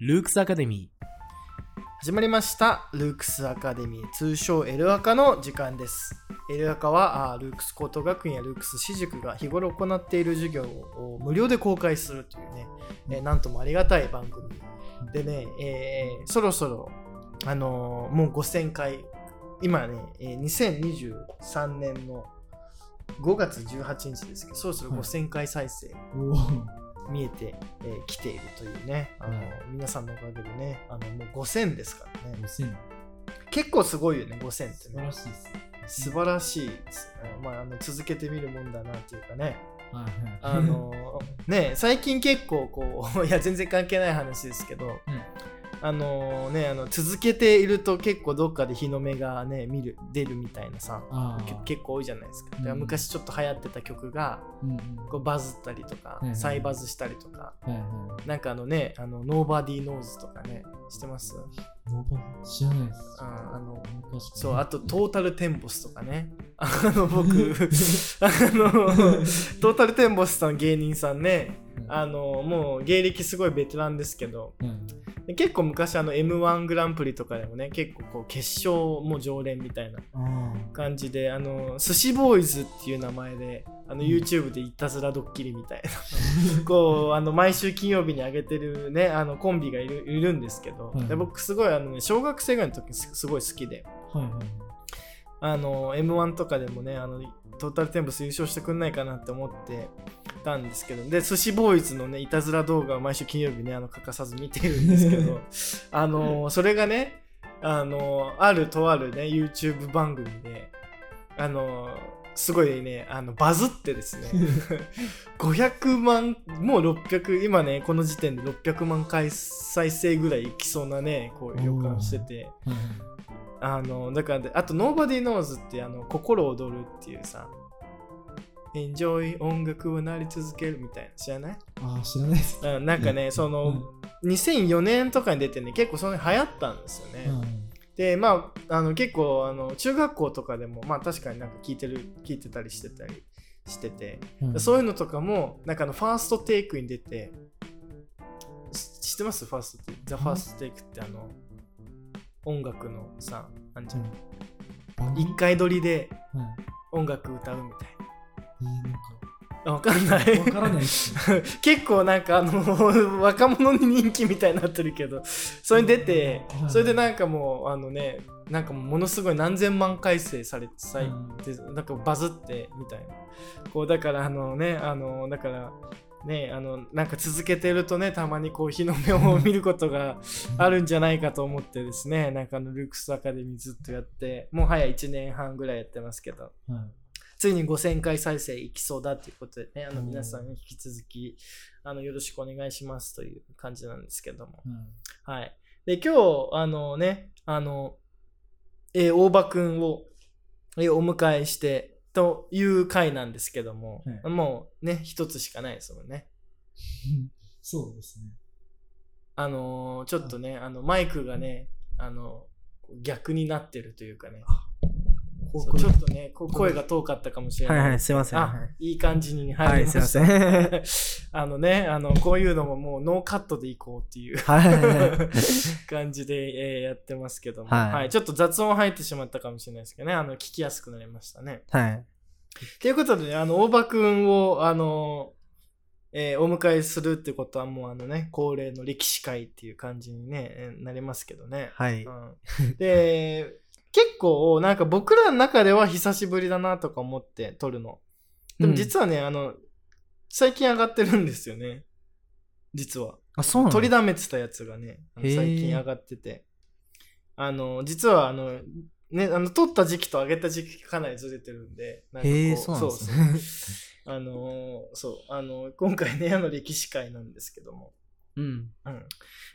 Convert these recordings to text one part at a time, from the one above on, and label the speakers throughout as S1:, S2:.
S1: ルークスアカデミー
S2: 始まりましたルークスアカデミー通称エルアカの時間ですエルアカはあールークス高等学院やルークス私塾が日頃行っている授業を無料で公開するというね、えーなんともありがたい番組でね、えーそろそろあのーもう5000回今ね、えー2023年の5月18日ですけどそろそろ5000回再生、
S1: おー
S2: 見えてえーき、ているというねあの、
S1: はい
S2: 皆さんのおかげでねあのもう5000ですからね
S1: 5000
S2: 結構すごいよね5000って
S1: 素晴
S2: ね
S1: らしいですね
S2: 素晴らしいですよね、まあ、あの続けてみるもんだなっていうかね
S1: はいはい
S2: あのね最近結構こう いや全然関係ない話ですけど、あのねあの続けていると結構どっかで日の目がね見る出るみたいなさ
S1: あー
S2: け結構多いじゃないですか,、
S1: うん
S2: 昔ちょっと流行ってた曲が
S1: うんうん
S2: こうバズったりとか、
S1: うん
S2: 再バズしたりとか
S1: はいは
S2: なんかあのね、あの、ノーバディーノーズとかね、してます
S1: いノーパン知らないです
S2: ああの、
S1: 昔ね
S2: そう、あと、トータルテンボスとかね。 あの、僕、あの、トータルテンボスさん芸人さんね、 あの、もう芸歴すごいベテランですけど、
S1: うん
S2: で結構昔あの M1 グランプリとかでもね、結構こう決勝も常連みたいな
S1: あ
S2: 感じで、あの、寿司ボーイズっていう名前で、あの、YouTube でいたずらドッキリみたいな、 こうあの毎週金曜日に上げてるねあのコンビがいるいるんですけど、
S1: うん
S2: で僕すごいあの、ね、小学生ぐらいの時にすすごい好きで
S1: ーはいはい
S2: あの m 1とかでもねあのトータルテンボス優勝してくんないかなって思ってたんですけどで寿司ボーイズのねいたずら動画を毎週金曜日ねあの欠かさず見てるんですけどあのそれがねあのあるとあるね YouTube 番組であのすごいねあのバズってですね500万もう600今ねこの時点で600万回再生ぐらいいきそうなねこう予感してて。
S1: はいはい
S2: あのだからであと「Nobody Knows」ってあの心躍るっていうさ「Enjoy 音楽はなり続ける」みたいな知らない
S1: あー知らないです
S2: うんなんかねその、2004年とかに出てね結構その辺流行ったんですよね、でまああの結構あの中学校とかでもまあ確かになんか聞いてる聞いてたりしてたりしてて、そういうのとかもなんかあのファーストテイクに出てし知ってますファーストテイクザ・ファーストテイクってあの音楽のさなんじゃん
S1: 一
S2: 一回撮りで
S1: はい
S2: 音楽歌うみたい
S1: えーなん
S2: な。あわかんない。
S1: かわからないっす
S2: 結構なんかあの 若者に人気みたいになってるけどそれに出て
S1: はい
S2: それでなんかもうあのねなんかもうものすごい何千万回生されてさ
S1: うん
S2: でなんかバズってみたいなこうだからあのねあのだからねあのなんか続けてるとねたまにこう日の目を見ることがあるんじゃないかと思ってですねなんかあのルークスアカデミーずっとやってもはや1年半ぐらいやってますけど
S1: はい
S2: ついに5000回再生いきそうだということでね、あの
S1: うん
S2: 皆さんに引き続きあのよろしくお願いしますという感じなんですけども。
S1: うん
S2: はい。で、今日、あのね、あの、えー大場くんを、えーお迎えしてという回なんですけども、
S1: は
S2: もうね、一つしかないですもんね。
S1: そうですね
S2: あのーちょっとね、あのマイクがね、あの、逆になってるというかね、そうちょっとね、こ声が遠かったかもしれない。
S3: はいはい、すいません。は
S2: あ、いい感じに
S3: い、は
S2: 入り
S3: い、
S2: ますした。
S3: いません。はい。
S2: あのね、あの、こういうのももうノーカットでいこうっていう 感じで、えーやってますけども、
S3: はい
S2: ちょっと雑音入ってしまったかもしれないですけどね、あの、聞きやすくなりましたね。
S3: はい。
S2: ということでね、あの、大場くんを、あの、えーお迎えするってことはもうあのね、恒例の歴史会っていう感じに、ね、えーなりますけどね。
S3: はい。
S2: うん、で、 結構、なんか僕らの中では久しぶりだなとか思って撮るの。でも
S3: うん
S2: 実はね、あの、最近上がってるんですよね。実は。
S3: あ、そうなの
S2: 取りだめてたやつがね、あの
S3: へー
S2: 最近上がってて。あの、実は、あの、ね、あの、取った時期と上げた時期かなりずれてるんで、なんかこ
S3: へえ、そうなんですね。
S2: そう あのーそう、あの今回ね、あの、歴史会なんですけども。
S3: うん。
S2: うん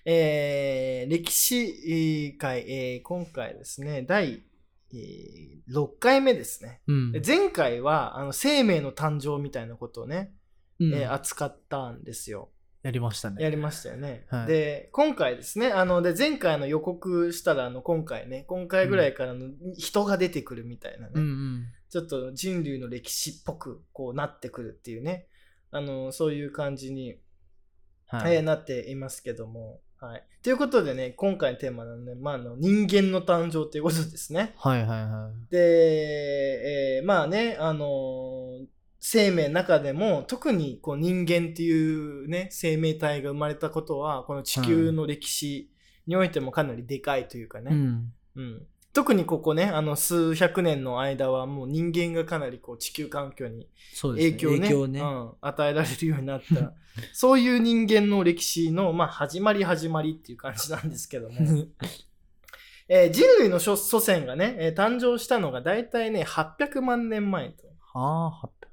S2: えー歴史会、えー今回ですね、第、え6回目ですね。
S3: うん。
S2: で前回はあの生命の誕生みたいなことをね、
S3: うん
S2: えー扱ったんですよ。
S3: やりましたね。
S2: やりましたよね。
S3: はい
S2: で、今回ですね、あの、で、前回の予告したら、あの、今回ね、今回ぐらいからの人が出てくるみたいなね、
S3: うんうん。
S2: ちょっと人類の歴史っぽく、こうなってくるっていうね、あの、そういう感じに、
S3: はい。
S2: えーなっていますけども、はい。ということでね、今回のテーマなので、まあ、あの、人間の誕生ということですね。
S3: はいはいはい。
S2: で、えーまあね、あのー生命の中でも特にこう人間っていうね生命体が生まれたことはこの地球の歴史においてもかなりでかいというか
S3: う
S2: ね、
S3: ん。
S2: うん特にここねあの数百年の間はもう人間がかなりこう地球環境に
S3: そうです
S2: 影
S3: ね。
S2: 響をねうん、与えられるようになったそういう人間の歴史の、まあ、始まり始まりっていう感じなんですけども。 えー人類の祖祖先がね、えー誕生したのが大体ね、800万年前と。
S3: ああ、発表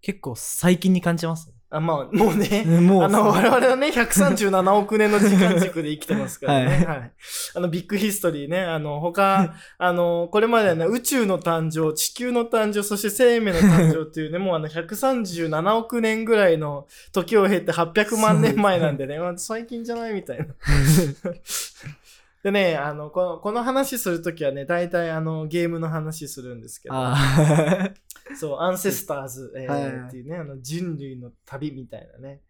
S3: 結構最近に感じますね。
S2: あ、まあ、もうね、
S3: もう、
S2: あの、我々はね、137億年の時間軸で生きてますからね。はい、あの、ビッグヒストリーね、あの、他、あの、これまではね、宇宙の誕生、地球の誕生、そして生命の誕生っていうね、もうあの、137億年ぐらいの時を経て800万年前なんでね、まあ最近じゃないみたいな。 でね、あの、この、この話するときはね、大体あの、ゲームの話するんですけど、
S3: あ
S2: そう、アンセスターズ、えー
S3: はいはい
S2: っていうね、あの人類の旅みたいなね、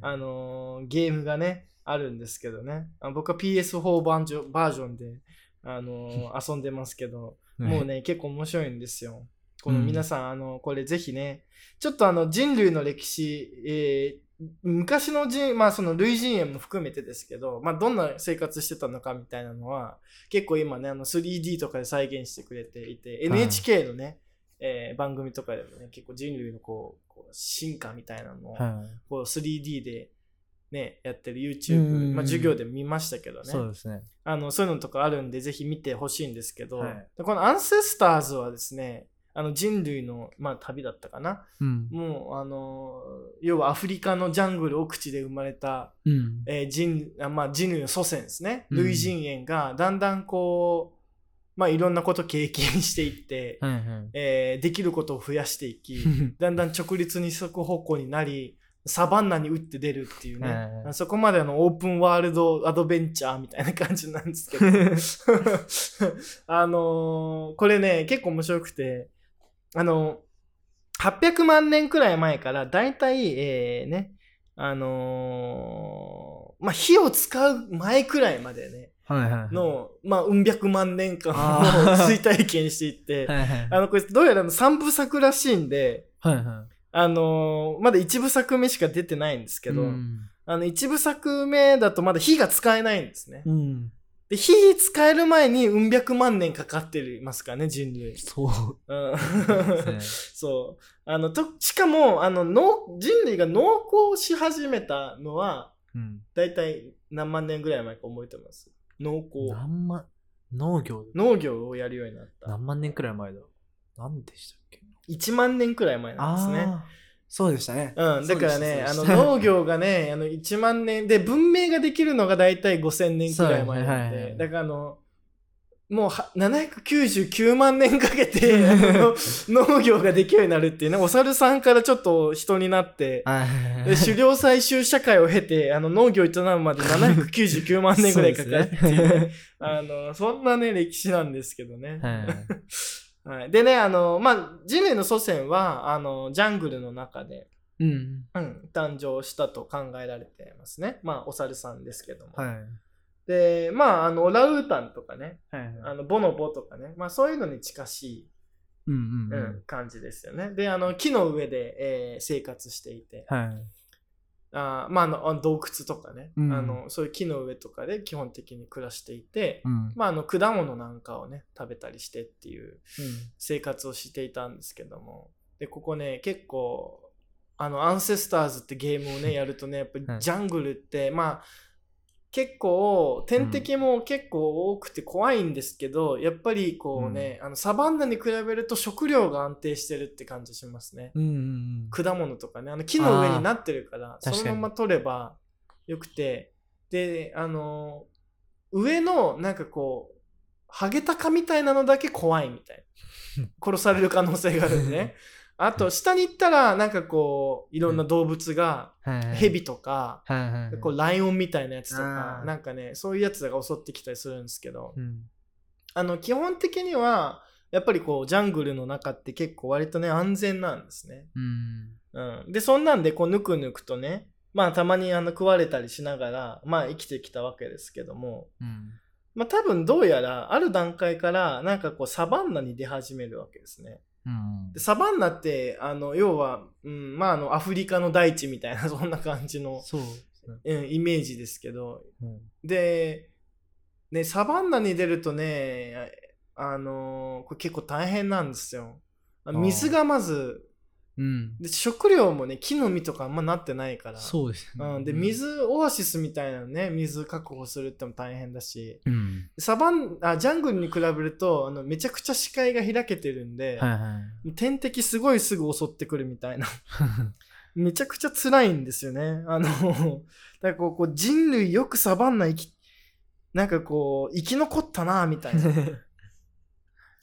S3: あ。
S2: あのーゲームがね、あるんですけどね、あ僕は PS4 バージョンバージョンで、あのー遊んでますけど、もう
S3: ね。
S2: ね、結構面白いんですよ。この
S3: うん
S2: 皆さん、あの、これぜひね、ちょっとあの、人類の歴史、えー昔の人、まあその類人猿も含めてですけど、まあどんな生活してたのかみたいなのは、結構今ね、あの 3D とかで再現してくれていて、
S3: はい
S2: NHK のね、えー番組とかでもね、結構人類のこう、こう進化みたいなのを、
S3: は
S2: こう 3D で、ね、やってる
S3: うんうんう
S2: YouTube、
S3: ん
S2: まあ授業でも見ましたけど
S3: い。
S2: ね。
S3: そうですね。
S2: あのそういうのとかあるんで、ぜひ見てほしいんですけど、
S3: はい
S2: でこのアンセスターズはですね、あの人類の、まあ、旅だったかな。
S3: うん。
S2: もう、あの、要はアフリカのジャングル奥地で生まれた、
S3: うん。
S2: えー人あまあ、人類の祖先ですね。
S3: うん
S2: 類人猿がだんだんこう、まあ、いろんなこと経験していって、
S3: はいはい。
S2: えーできることを増やしてい き、だんだん直立二足歩行になり、サバンナに打って出るっていうね、
S3: はい
S2: そこまでのオープンワールドアドベンチャーみたいな感じなんです けど、あのーこれね、結構面白くて、あの800万年くらい前から、だいたい、えーね、あのーまあ、火を使う前くらいまでね、
S3: はいはい。、
S2: の、まあ、うん百万年間を
S3: あー
S2: 追体験していって、
S3: はいはい。
S2: あの、これ、どうやら3部作らしいんで、
S3: はいはい。
S2: あのーまだ1部作目しか出てないんですけど、
S3: うん。
S2: あの、1部作目だとまだ火が使えないんですね。
S3: うん
S2: で、火使える前にうん百万年かかってますからね、人類。
S3: そう
S2: うん
S3: です
S2: そう。あの、と、しかも、あの、農人類が農耕し始めたのは、
S3: ね。うん。
S2: だいたい何万年ぐらい前か覚えてます。農耕。
S3: 何万、農業
S2: 農業をやるようになった。
S3: 何万年くらい前だ何でしたっけ
S2: 1万年くらい前なんですね。
S3: あー。そうでしたね。
S2: うん、だからね、あ
S3: そ
S2: の
S3: うでした
S2: 農業がね、あの1万年で文明ができるのが大体5000年くらい前
S3: そう
S2: な
S3: は
S2: ん
S3: いはいは
S2: で、
S3: い
S2: だからあの、もうは799万年か けてあの農業ができるようになるっていうね、お猿さんからちょっと人になって、
S3: はい
S2: で狩猟採集社会を経て、あの農業を営 むまで799万年くらいかかるってい
S3: そ
S2: うね
S3: うですね
S2: あの、そんなね、歴史なんですけどね。
S3: はい。
S2: はい、でね、あの、まあ、人類の祖先は、あの、ジャングルの中で、
S3: うん。
S2: うん、誕生したと考えられてますね。まあ、お猿さんですけども。
S3: はい。
S2: で、まあ、あの、オランウータンとかね、
S3: はい
S2: あの、ボノボとかね、まあ、そういうのに近しい、
S3: うんうん
S2: う
S3: うんん。
S2: 感じですよね。で、あの、木の上で、えー生活していて、
S3: はい。
S2: あーまあ、あの、あの洞窟とかね、
S3: うん
S2: あの、そういう木の上とかで基本的に暮らしていて、
S3: うん。
S2: まあ、あの、果物なんかをね、食べたりしてっていう生活をしていたんですけどもでここね結構あのアンセスターズってゲームをねやるとねやっぱり
S3: はい
S2: ジャングルって、まあ結構天敵も結構多くて怖いんですけど、やっぱりこうね、あのサバンナに比べると食料が安定してるって感じしますね
S3: うんうん
S2: 果物とかねあの木の上になってるから
S3: ー
S2: そのまま取ればよくてであの上のなんかこうハゲタカみたいなのだけ怖いみたいな殺される可能性があるんでねあと下に行ったらなんかこういろんな動物が
S3: はいはい。
S2: ヘ。ビとか、
S3: はいはいはい。
S2: こうライオンみたいなやつとか
S3: あー
S2: なんかねそういうやつが襲ってきたりするんですけど、
S3: うん。
S2: あの基本的にはやっぱりこうジャングルの中って結構割とね安全なんですね。
S3: うん。
S2: うん、でそんなんでこうぬくぬくとねまあたまにあの食われたりしながらまあ生きてきたわけですけども
S3: うん。
S2: まあ多分どうやらある段階からなんかこうサバンナに出始めるわけですね。
S3: うん
S2: でサバンナってあの要は、うん、まああのアフリカの大地みたいな そんな感じの、
S3: そうですね。
S2: うん、イメージですけど
S3: うん
S2: で、ね、サバンナに出るとね、あのこれ結構大変なんですよ。
S3: ー
S2: 水がまず、
S3: うん。
S2: で食料もね、木の実とかあんまなってないから。
S3: そうですね。
S2: うん、で、水、オアシスみたいなのね、水確保するっても大変だし、
S3: うん。
S2: サバンあジャングルに比べるとあの、めちゃくちゃ視界が開けてるんで、
S3: はいはい。
S2: もう天敵すごいすぐ襲ってくるみたいな。 めちゃくちゃ辛いんですよね。あの、だ からこう、こう人類よくサバンナ生き、なんかこう、生き残ったな、みたい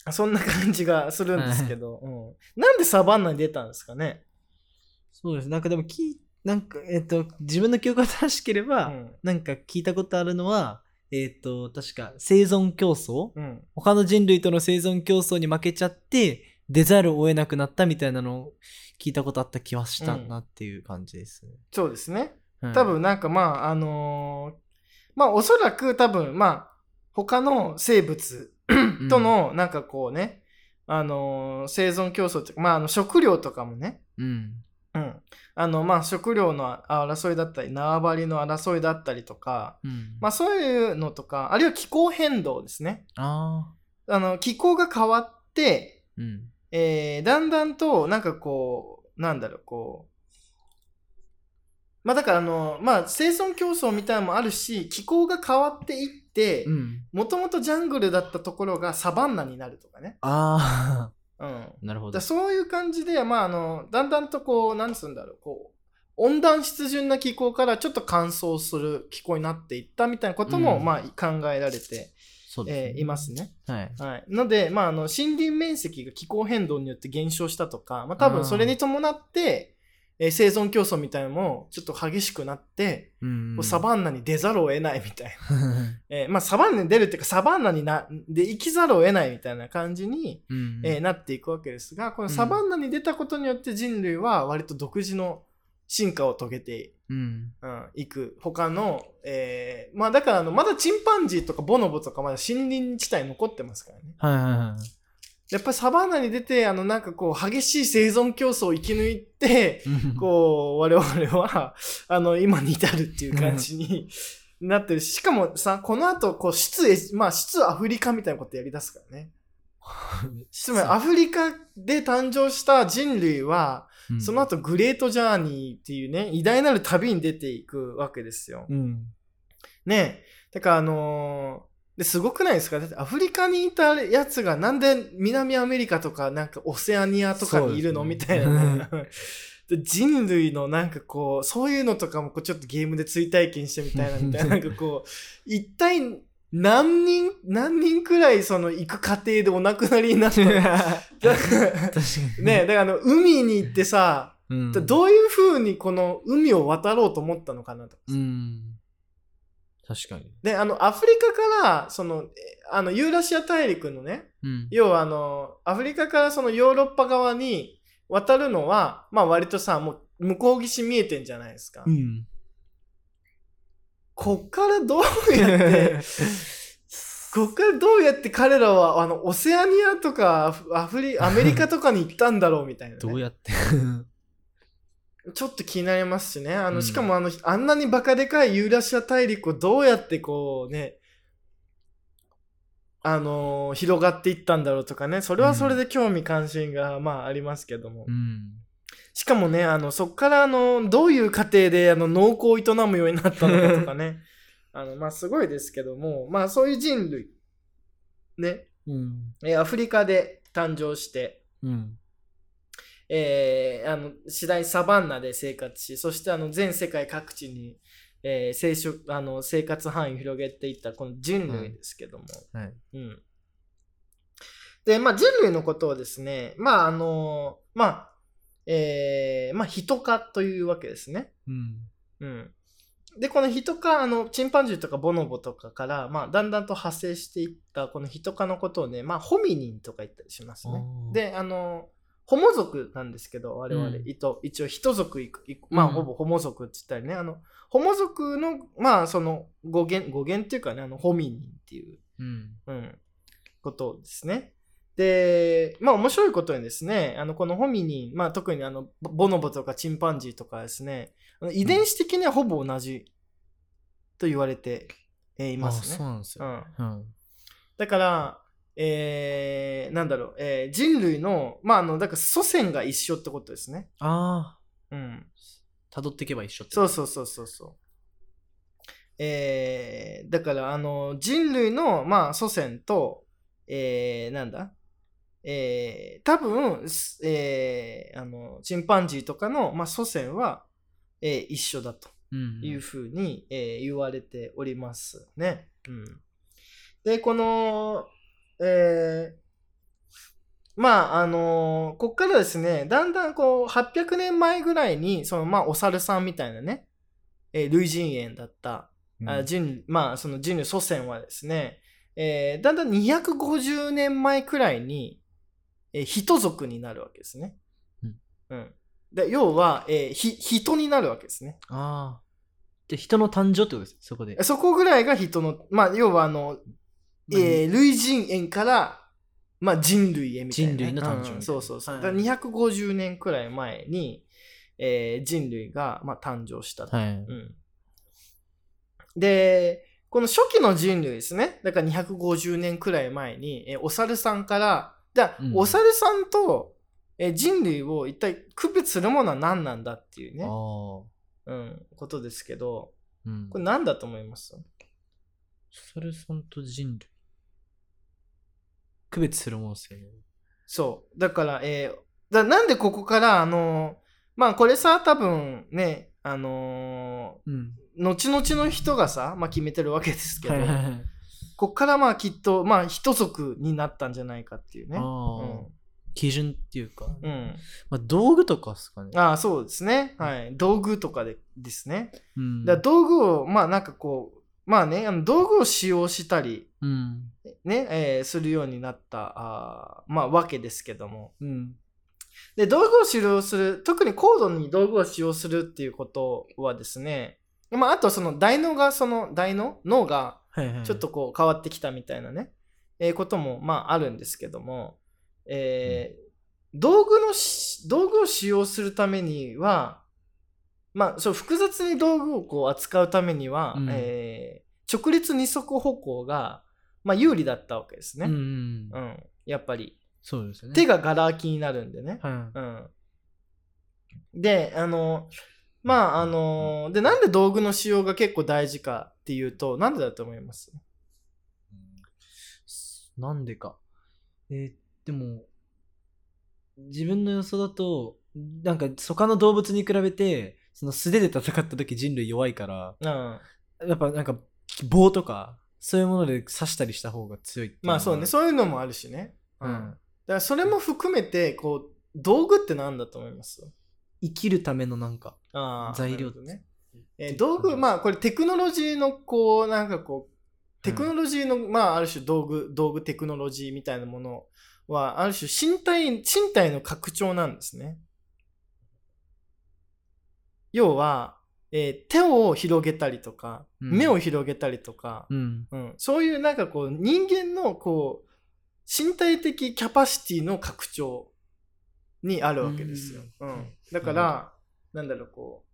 S2: な、そんな感じがするんですけど、うん、なんでサバンナに出たんですかね。
S3: そうです。なんかでも聞い、なんか、えっと、自分の記憶が正しけれ
S2: う
S3: ば、
S2: ん。
S3: なんか聞いたことあるのは、えっと、確か生存競争
S2: うん。
S3: 他の人類との生存競争に負けちゃって、出ざるを得なくなったみたいなのを聞いたことあった気はしたなっていう感じですね。
S2: そうですね。
S3: うん
S2: 多、分なんかまあ、あのーまあおそらく多分まあ、他の生物とのなんかこうね、あのー生存競争って、まああの食料とかもね、
S3: うん。
S2: うん、あのまあ食料の争いだったり縄張りの争いだったりとか、
S3: うん。
S2: まあ、そういうのとかあるいは気候変動ですね
S3: ああ。
S2: あの気候が変わって、
S3: うん。
S2: えーだんだんとなんかこうなんだろうこうまあだからあのまあ生存競争みたいなのもあるし気候が変わっていって
S3: うん。
S2: もともとジャングルだったところがサバンナになるとかね、
S3: ああ。
S2: うん、
S3: なるほど。
S2: だそういう感じで、まあ、あのだんだんとこうなんつうんだろうこう温暖湿潤な気候からちょっと乾燥する気候になっていったみたいなことも、
S3: うん
S2: まあ、考えられて、
S3: そうです、
S2: えーいますね。
S3: はい。
S2: はい、ので、まあ、あの森林面積が気候変動によって減少したとか、まあ、多分それに伴って、えー生存競争みたいなのもちょっと激しくなって、
S3: うん
S2: こうサバンナに出ざるを得ないみたいな、
S3: うん。
S2: えーまあ、サバンナに出るっていうかサバンナになで生きざるを得ないみたいな感じに
S3: うん
S2: えーなっていくわけですがこのサバンナに出たことによって人類は割と独自の進化を遂げて
S3: うん。
S2: うんいく他の、えーまあだからあのまだチンパンジーとかボノボとかまだ森林地帯残ってますからね
S3: はいはいはい。
S2: やっぱりサバンナに出てあのなんかこう激しい生存競争を生き抜いてこう我々は あの今に至るっていう感じになってるししかもさこの後こう出エまあ出アフリカみたいなことやりだ すからねつまりアフリカで誕生した人類は、
S3: うん
S2: その後グレートジャーニーっていうね、偉大なる旅に出ていくわけですよ。
S3: うん。
S2: ねえ。だからあのーですごくないですかだってアフリカにいたやつがなんで南アメリカとかなんかオセアニアとかにいるの、
S3: そう
S2: み
S3: です
S2: た
S3: ね
S2: いな ね。で人類のなんかこう、そういうのとかもこうちょっとゲームで追体験してみたいなみた いな、なんかこう、一体何人、何人くらいその行く過程でお亡くなりに なったの
S3: 確か
S2: だから
S3: に。
S2: ねえ、だからあの海に行ってさ、
S3: うん。
S2: どういう風にこの海を渡ろうと思ったのかなと。
S3: うん。確かに。
S2: で、あの、アフリカから、その、えあの、ユーラシア大陸のね、
S3: うん。
S2: 要はあの、アフリカからそのヨーロッパ側に渡るのは、まあ割とさ、もう向こう岸見えてんじゃないですか。
S3: ん。
S2: こっからどう やって、こっからどうやって彼らは、あの、オセアニアとかアフ、アフリ、アメリカとかに行ったんだろうみたいな、ね。
S3: どうやって。
S2: ちょっと気になりますしね。あの、
S3: うん
S2: しかもあの、あんなにバカでかいユーラシア大陸をどうやってこうね、あのー広がっていったんだろうとかね、それはそれで興味関心が、まあありますけども。
S3: うん。
S2: しかもね、あの、そっからあの、どういう過程であの、農耕を営むようになったのかとかね。あの、まあすごいですけども、まあそういう人類、ね、
S3: うん。
S2: えアフリカで誕生して、
S3: うん。
S2: えーあの次第にサバンナで生活しそしてあの全世界各地に、えー生殖あの生活範囲を広げていったこの人類ですけども、
S3: はい。
S2: うんでまあ、人類のことをですねまああのまあえーまあ、人化というわけですね。
S3: うん。
S2: うん、でこの人化あのチンパンジーとかボノボとかから、まあ、だんだんと派生していったこの人化のことをね、まあ、ホミニンとか言ったりしますね。であのホモ族なんですけど我々、
S3: うん
S2: いと一応人族いくいくまあ
S3: うん
S2: ほぼホモ族って言ったりね、あのホモ族のまあその語源語源っていうかねあのホミニンっていう
S3: うん。
S2: うん、ことですね。で、まあ面白いことにですね、あのこのホミニン、まあ特にあのボボノボとかチンパンジーとかですね、あの遺伝子的にはほぼ同じと言われてえーい
S3: まあ、
S2: ますね。
S3: そうなんです
S2: う
S3: よ。
S2: ん、
S3: うん。
S2: だから、えー、なんだろう、えー人類の、まああの、だから祖先が一緒ってことですね。
S3: ああ、
S2: うん。
S3: 辿っていけば一緒って。
S2: そううそうそうそうそう。えー、だからあの人類の、まあ、祖先と、えー、なんだえー、多分、すえー、あのチンパンジーとかの、まあ、祖先は、えー一緒だと
S3: うん。
S2: いうふうに、えー言われておりますね。うん、でこの、えーまああのこっからですねだんだんこう800年前ぐらいにその、まあ、お猿さんみたいなね、えー類人猿だった、あ人まあその人類祖先はですね、えーだんだん250年前くらいに、えー人族になるわけですね。
S3: うん
S2: うんで要は、えーひ人になるわけですね。
S3: ああ。で、人の誕生ってことです、そこで。
S2: そこぐらいが人の、まあ、要はあの、えー類人猿から、まあ、人類へみたいなね。
S3: 人類の誕生みたいな
S2: うんそうそうそう。
S3: はい
S2: だから250年くらい前に、えー人類が、まあ、誕生したと、
S3: はい。
S2: うんで、この初期の人類ですね。だから250年くらい前に、えーお猿さんから、だから
S3: うん
S2: お猿さんと、えー人類を一体区別するものは何なんだっていうね、
S3: ああ。
S2: うん、ことですけど、
S3: うん。
S2: これ何だと思います
S3: それさんと人類。区別するものですよね。
S2: そう。だから、えーだなんでここから、あのーまあこれさ、多分ね、あの
S3: うん。
S2: ー後々の人がさ、まあ決めてるわけですけど、
S3: はいはいはい。
S2: ここからまあきっと、まあ一族になったんじゃないかっていうね。う
S3: ああ
S2: ん。。
S3: 基準っていうか、
S2: うん。
S3: まあ、道具とかですかね。
S2: ああ、そうですね。はい。道具とかでですね。
S3: うん。
S2: だから道具を、まあなんかこう、まあね、あの道具を使用したり、
S3: うん。
S2: ね、えーするようになった、あーまあわけですけども。
S3: うん。
S2: で道具を使用する特に高度に道具を使用するっていうことはですね、まあ、あとその大脳がその大脳脳が
S3: はいはい。
S2: ちょっとこう変わってきたみたいなね、えーこともまああるんですけども、えー道具のし道具を使用するためには、まあ、そう複雑に道具をこう扱うためには、
S3: うん
S2: えー直立二足歩行が、まあ、有利だったわけですね、
S3: う
S2: うんん
S3: うん。
S2: やっぱり
S3: そうですよね。
S2: 手がガラ空きになるんでね、
S3: は
S2: うん。で、あの、まあ、あの、で、なんで道具の使用が結構大事かっていうと、なんでだと思います
S3: い。なんでか。えーでも、自分の予想だと、なんか他の動物に比べて、その素手で戦った時人類弱いから、
S2: うん。
S3: やっぱなんか棒とか、そういうもので刺したりした方が強いっていの
S2: ま
S3: は
S2: あ、そうね、そういうのもあるしね。
S3: うん
S2: だから、それも含めて、こう、道具ってなんだと思います
S3: 生きるためのなんか。
S2: ああ
S3: 材料
S2: なるほどね。えー道具、まあ、これテクノロジーの、こう、なんかこう、テクノロジーの、まあ、ある種道具、道具テクノロジーみたいなものは、ある種身体、身体の拡張なんですね。要は、えー手を広げたりとか、
S3: うん
S2: 目を広げたりとか、
S3: うん。
S2: うん、そういうなんかこう、人間のこう、身体的キャパシティの拡張にあるわけですよ。うんだから、なんだろう、こ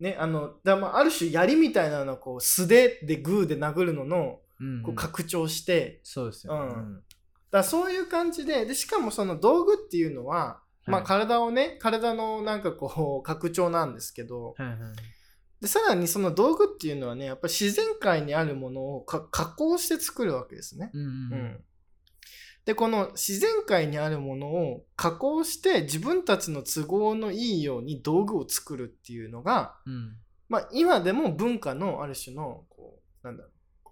S2: う、ね、あの、だまあ、ある種槍みたいなのをこう素手でグーで殴るのの
S3: うん
S2: こう拡張して、
S3: そうですよね。
S2: うんだからそういう感じで、で、しかもその道具っていうのは、まあ
S3: はい
S2: 体をね、体のなんかこう、拡張なんですけど、
S3: はいはい。
S2: で、さらにその道具っていうのはね、やっぱり自然界にあるものをか加工して作るわけですね。
S3: うんう。
S2: うんん、でこの自然界にあるものを加工して自分たちの都合のいいように道具を作るっていうのが、
S3: うん。
S2: まあ、今でも文化のある種のこうなんだろう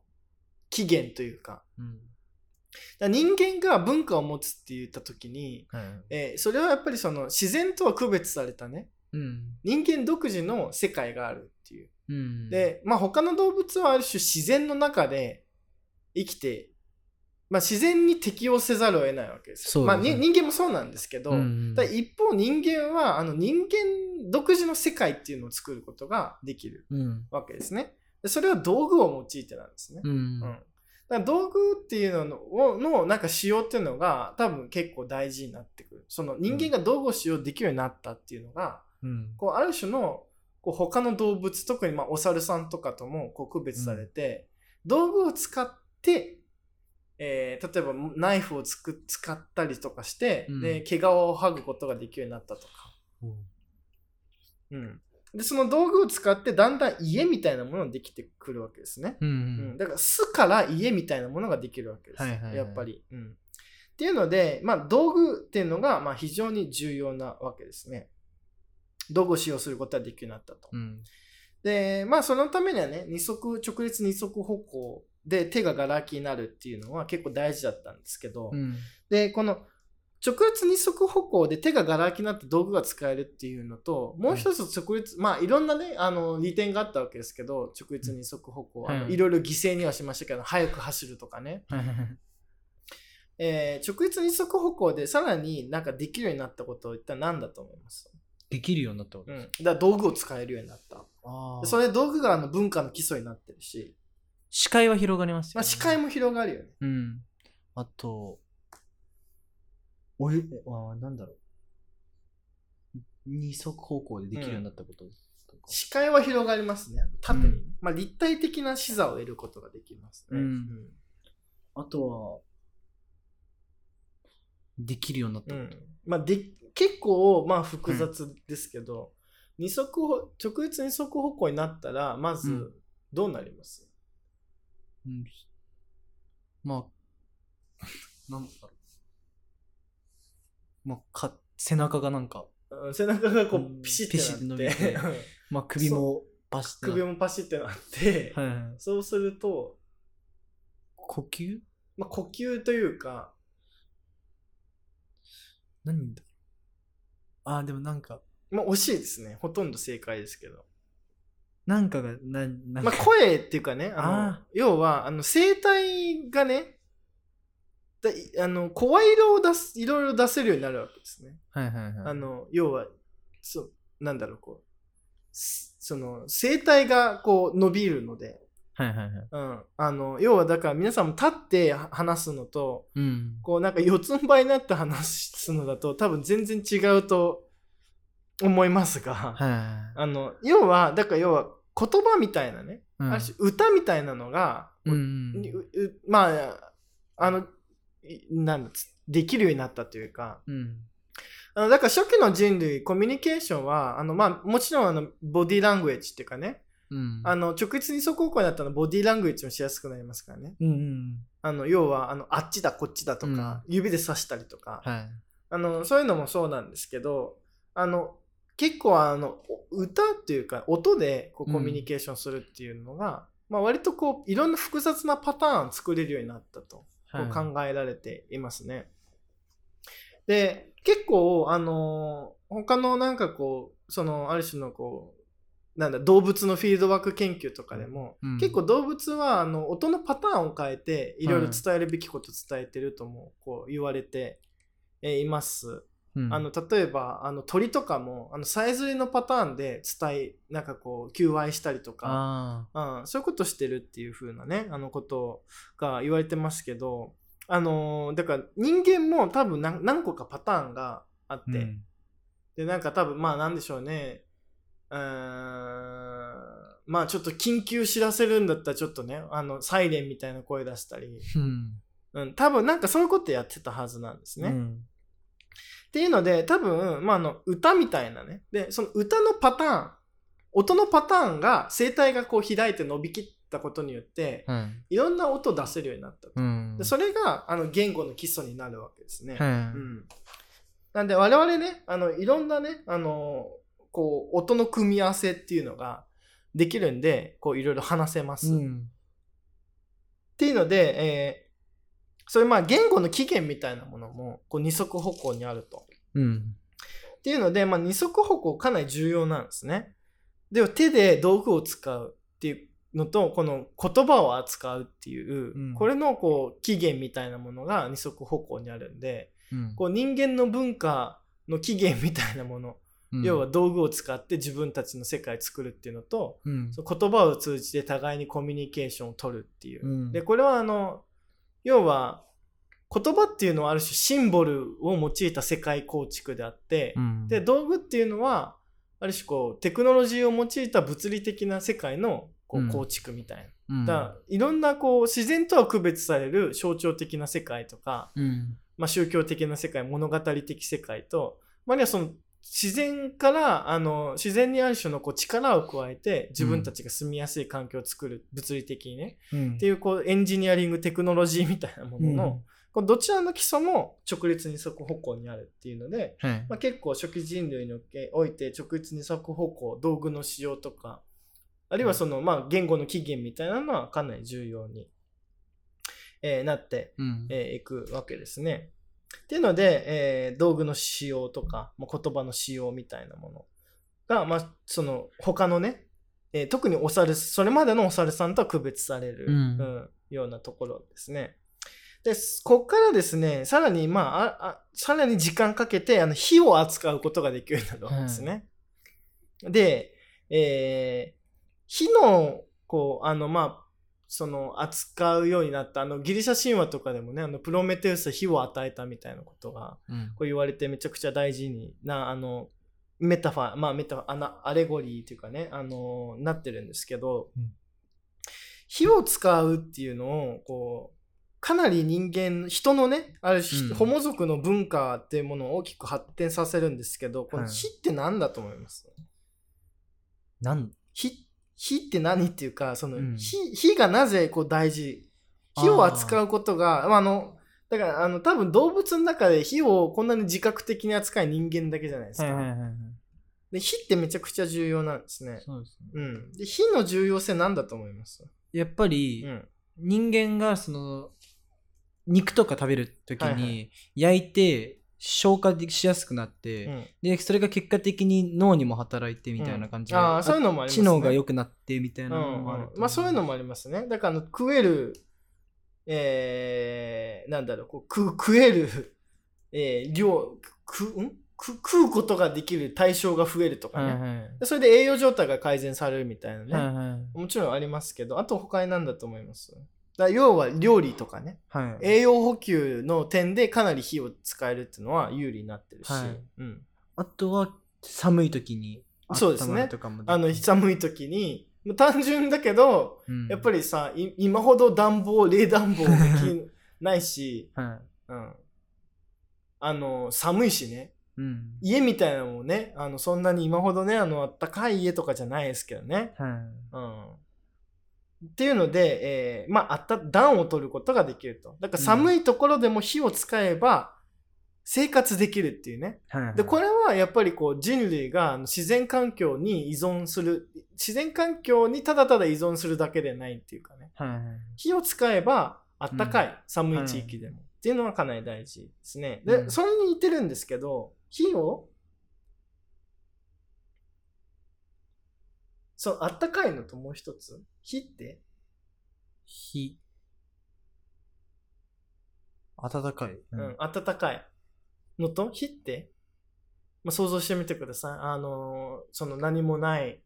S2: 起源というか
S3: うん。
S2: だから人間が文化を持つって言った時に、
S3: はい
S2: えーそれはやっぱりその自然とは区別されたね
S3: うん
S2: 人間独自の世界があるっていう
S3: うん
S2: で、まあ、他の動物はある種自然の中で生きて、まあ、自然に適応せざるを得ないわけですよ
S3: そう
S2: ま
S3: で
S2: あ、
S3: すね
S2: に人間もそうなんですけど、
S3: うん
S2: ただ一方人間はあの人間独自の世界っていうのを作ることができる
S3: うん
S2: わけですね。でそれは道具を用いてなんですね。
S3: う
S2: うんんだから道具っていうのをのなんか使用っていうのが多分結構大事になってくるその人間が道具を使用できるようになったっていうのが、
S3: うん
S2: こうある種のこう他の動物特にまあお猿さんとかともこう区別されて、道具を使って、えー例えばナイフをつく使ったりとかして、
S3: うん
S2: で毛皮を剥ぐことができるようになったとか、うん、でその道具を使ってだんだん家みたいなものができてくるわけですね、
S3: う
S2: うん、
S3: ん
S2: だから巣から家みたいなものができるわけです、
S3: はいはいはい
S2: やっぱり、うん。っていうので、まあ、道具っていうのがまあ非常に重要なわけですね。道具を使用することができるようになったと。
S3: うん
S2: で、まあそのためにはね、二足、直列二足歩行で手がガラ空きになるっていうのは結構大事だったんですけど、
S3: うん
S2: で、この直列二足歩行で手がガラ空きになって道具が使えるっていうのと、もう一つ直列、まあいろんなね、あの利点があったわけですけど、直列二足歩行、あの
S3: うん
S2: いろいろ犠牲にはしましたけど、早く走るとかね、
S3: はいはいはい
S2: えー直列二足歩行でさらになんかできるようになったことは一体何だと思います、
S3: できるようになったこと
S2: うん、だから道具を使えるようになった。
S3: あ
S2: で
S3: ー
S2: それで道具があの文化の基礎になってるし、
S3: 視界は広がりますよ
S2: まあ、
S3: ね
S2: 視界も広がるよね。
S3: うんあとおへあなんだろう二足方向でできるようになったこととか
S2: 視界は広がりますね。縦にね、
S3: うん
S2: まあ、立体的な視座を得ることができますね。
S3: うんあとは、できるようになっ
S2: う
S3: た
S2: ん
S3: こと。
S2: まあ、で結構、まあ、複雑ですけど、二足歩直立二足歩行になったらま
S3: う
S2: ず
S3: ん
S2: どうなります、
S3: うんまあ、なんだろう。まあ、か、背中がなんか、
S2: うん背中がこ
S3: う
S2: うんピシッてなっ
S3: ピシッ
S2: て
S3: て伸まあ、首もバシッてな
S2: 首もパシッてなって、
S3: はいはいはい。
S2: そうすると、
S3: 呼吸
S2: まあ、呼吸というか
S3: 何だあー、でもなんか、
S2: まあ惜しいですねほとんど正解ですけど
S3: なんかが、な、なん
S2: ま
S3: か、
S2: あ、声っていうかね、あの
S3: あ
S2: 要はあの声帯がね、だいあの声色を出す、いろいろ出せるようになるわけですね。
S3: はいはいはい。
S2: あ、の要はそう、なんだろう、こう、すその声帯がこう伸びるので、
S3: はいはいはい。
S2: うん、あの要はだから皆さんも立っては話すのと、
S3: うん。
S2: こうなんか四つん這いになって話すのだと、多分全然違うと思いますが、
S3: はいはいはい。
S2: あの要は、だから要は言葉みたいなね、
S3: うん
S2: ある種歌みたいなのが、
S3: うん
S2: にううまああのいなんだつできるようになったというか
S3: うん。うん。
S2: あのだから初期の人類コミュニケーションはあの、まあ、もちろんあのボディーラングエッジっていうかね
S3: うん。
S2: あの直立二足歩行になったらボディーラングエッジもしやすくなりますからね
S3: うんうん。
S2: あの要はあのあっちだこっちだとか、指で指したりとか、
S3: はい。
S2: あのそういうのもそうなんですけどあの結構あのお歌っていうか音でこう
S3: うん
S2: コミュニケーションするっていうのが、まあ、割とこういろんな複雑なパターンを作れるようになったとこう
S3: はい
S2: 考えられていますね。で結構あのー他のなんかこうそのある種のこうなんだ動物のフィールドワーク研究とかでも、
S3: うん
S2: 結構動物はあの音のパターンを変えていろいろ伝えるべきこと伝えてるともこう言われてえーいます。
S3: うん
S2: あの例えばあの鳥とかもあのさえずりのパターンで伝えなんかこう求愛したりとか
S3: あ
S2: うん、そういうことしてるっていう風なねあのことが言われてますけどあのーだから人間も多分何何個かパターンがあって、
S3: ー
S2: でなんか多分まあなんでしょうねうーんまあちょっと緊急知らせるんだったらちょっとねあのサイレンみたいな声出したり、
S3: うん
S2: うん、多分なんかそういうことやってたはずなんですね。
S3: う
S2: っ
S3: ん
S2: ていうので多分、まあ、あの歌みたいなねでその歌のパターン音のパターンが声帯がこう開いて伸びきったことによって、
S3: はい
S2: ろんな音を出せるようになったと、
S3: い
S2: でそれがあの言語の基礎になるわけですね、
S3: は
S2: う
S3: い
S2: ん、なんで我々ねあのいろんなねあのこう音の組み合わせっていうのができるんでこういろいろ話せます、
S3: う
S2: っ
S3: ん
S2: ていうので、えーそういうまあ言語の起源みたいなものもこう二足歩行にあると。
S3: うん。
S2: っていうので、まあ、二足歩行かなり重要なんですね。でも手で道具を使うっていうのとこの言葉を扱うっていう、
S3: うん
S2: これのこう起源みたいなものが二足歩行にあるんで
S3: うん
S2: こう人間の文化の起源みたいなもの、
S3: うん
S2: 要は、道具を使って自分たちの世界を作るっていうのと
S3: うん。
S2: その言葉を通じて互いにコミュニケーションを取るっていう、
S3: うん
S2: でこれはあの要は言葉っていうのはある種シンボルを用いた世界構築であって、
S3: うん
S2: で、道具っていうのはある種こうテクノロジーを用いた物理的な世界のこ
S3: うん
S2: う構築みたいな、
S3: うん
S2: だからいろんなこう自然とは区別される象徴的な世界とか、
S3: うん。
S2: まあ、宗教的な世界物語的世界と、まあ、あるいはその自然からあの自然にある種のこう力を加えて自分たちが住みやすい環境を作る、物理的にね
S3: うん
S2: っていうこうエンジニアリングテクノロジーみたいなものの、こうどちらの基礎も直立二足歩行にあるっていうので、
S3: うんはい
S2: まあ、結構初期人類におけおいて直立二足歩行道具の使用とかあるいはその、まあ、言語の起源みたいなのはかなり重要に、えーなって
S3: うん
S2: えーいくわけですね。っていうので、えー道具の使用とか、まあ、言葉の使用みたいなものが、まあ、その他のね、えー特にお猿それまでのお猿さんとは区別される、
S3: うん
S2: うんようなところですね。でここからですねさらにまあああさらに時間かけてあの火を扱うことができるようになるわけですね。で、えー火のこうあのまあその扱うようになったあのギリシャ神話とかでもねあのプロメテウスは火を与えたみたいなことが
S3: うん
S2: こう言われてめちゃくちゃ大事になあのメタファーまあメタファーあなアレゴリーというかねあのなってるんですけど、
S1: うん
S2: 火を使うっていうのをこうかなり人間人のねある種、
S3: うん
S2: ホモ族の文化っていうものを大きく発展させるんですけどこの
S3: はい
S2: 火って何だと思います、
S3: なん
S2: 火火って何っていうかその、
S3: うん
S2: 火火がなぜこう大事火を扱うことがまああのだからあの多分動物の中で火をこんなに自覚的に扱い人間だけじゃないですか、
S3: はいはい。
S2: で火ってめちゃくちゃ重要なんですね、
S3: そうですね。
S2: うん、で火の重要性なんだと思います、
S3: やっぱり、
S2: うん
S3: 人間がその肉とか食べる時
S2: はいは
S3: に焼いて消化しやすくなって、
S2: うん
S3: でそれが結果的に脳にも働いてみたいな感じで、
S2: うんあーそういうのもあります
S3: 知
S2: ね
S3: 能が良くなってみたいなのもあると思
S2: うんまあそういうのもありますねだからあの食えるえー、なんだろうこう食う食える、えー量食うん食食うことができる対象が増えるとかね、
S3: はいはい
S2: でそれで栄養状態が改善されるみたいなね、
S3: はいはい
S2: もちろんありますけどあと他に何だと思いますだ要は料理とかね
S3: はい
S2: 栄養補給の点でかなり火を使えるっていうのは有利になってるし、
S3: はい
S2: うん、
S3: あとは寒い時に
S2: そうですね
S3: 温まるとかも
S2: あの寒い時にまあ単純だけどやっぱ
S3: り、
S2: りさい今ほど暖房冷暖房できないし、
S3: は
S2: うん、あの寒いしね
S3: いうん
S2: 家みたいなのもねあのそんなに今ほどねあのあったかい家とかじゃないですけどね、
S3: はい
S2: うんっていうので、えーまあ、あった暖を取ることができると。だから寒いところでも火を使えば生活できるっていうね。
S3: はいはい
S2: で、これはやっぱりこう人類があの自然環境に依存する、自然環境にただただ依存するだけでないっていうかね。
S3: はいはい
S2: 火を使えばあったかい、
S3: う
S2: 寒い地域でも、っていうのはかなり大事ですね。で、
S3: うん
S2: それに似てるんですけど火をそうあったかいのともう一つ火って
S3: 火暖かい、
S2: うん、暖かいのと火って、まあ、想像してみてください。あのーその何もない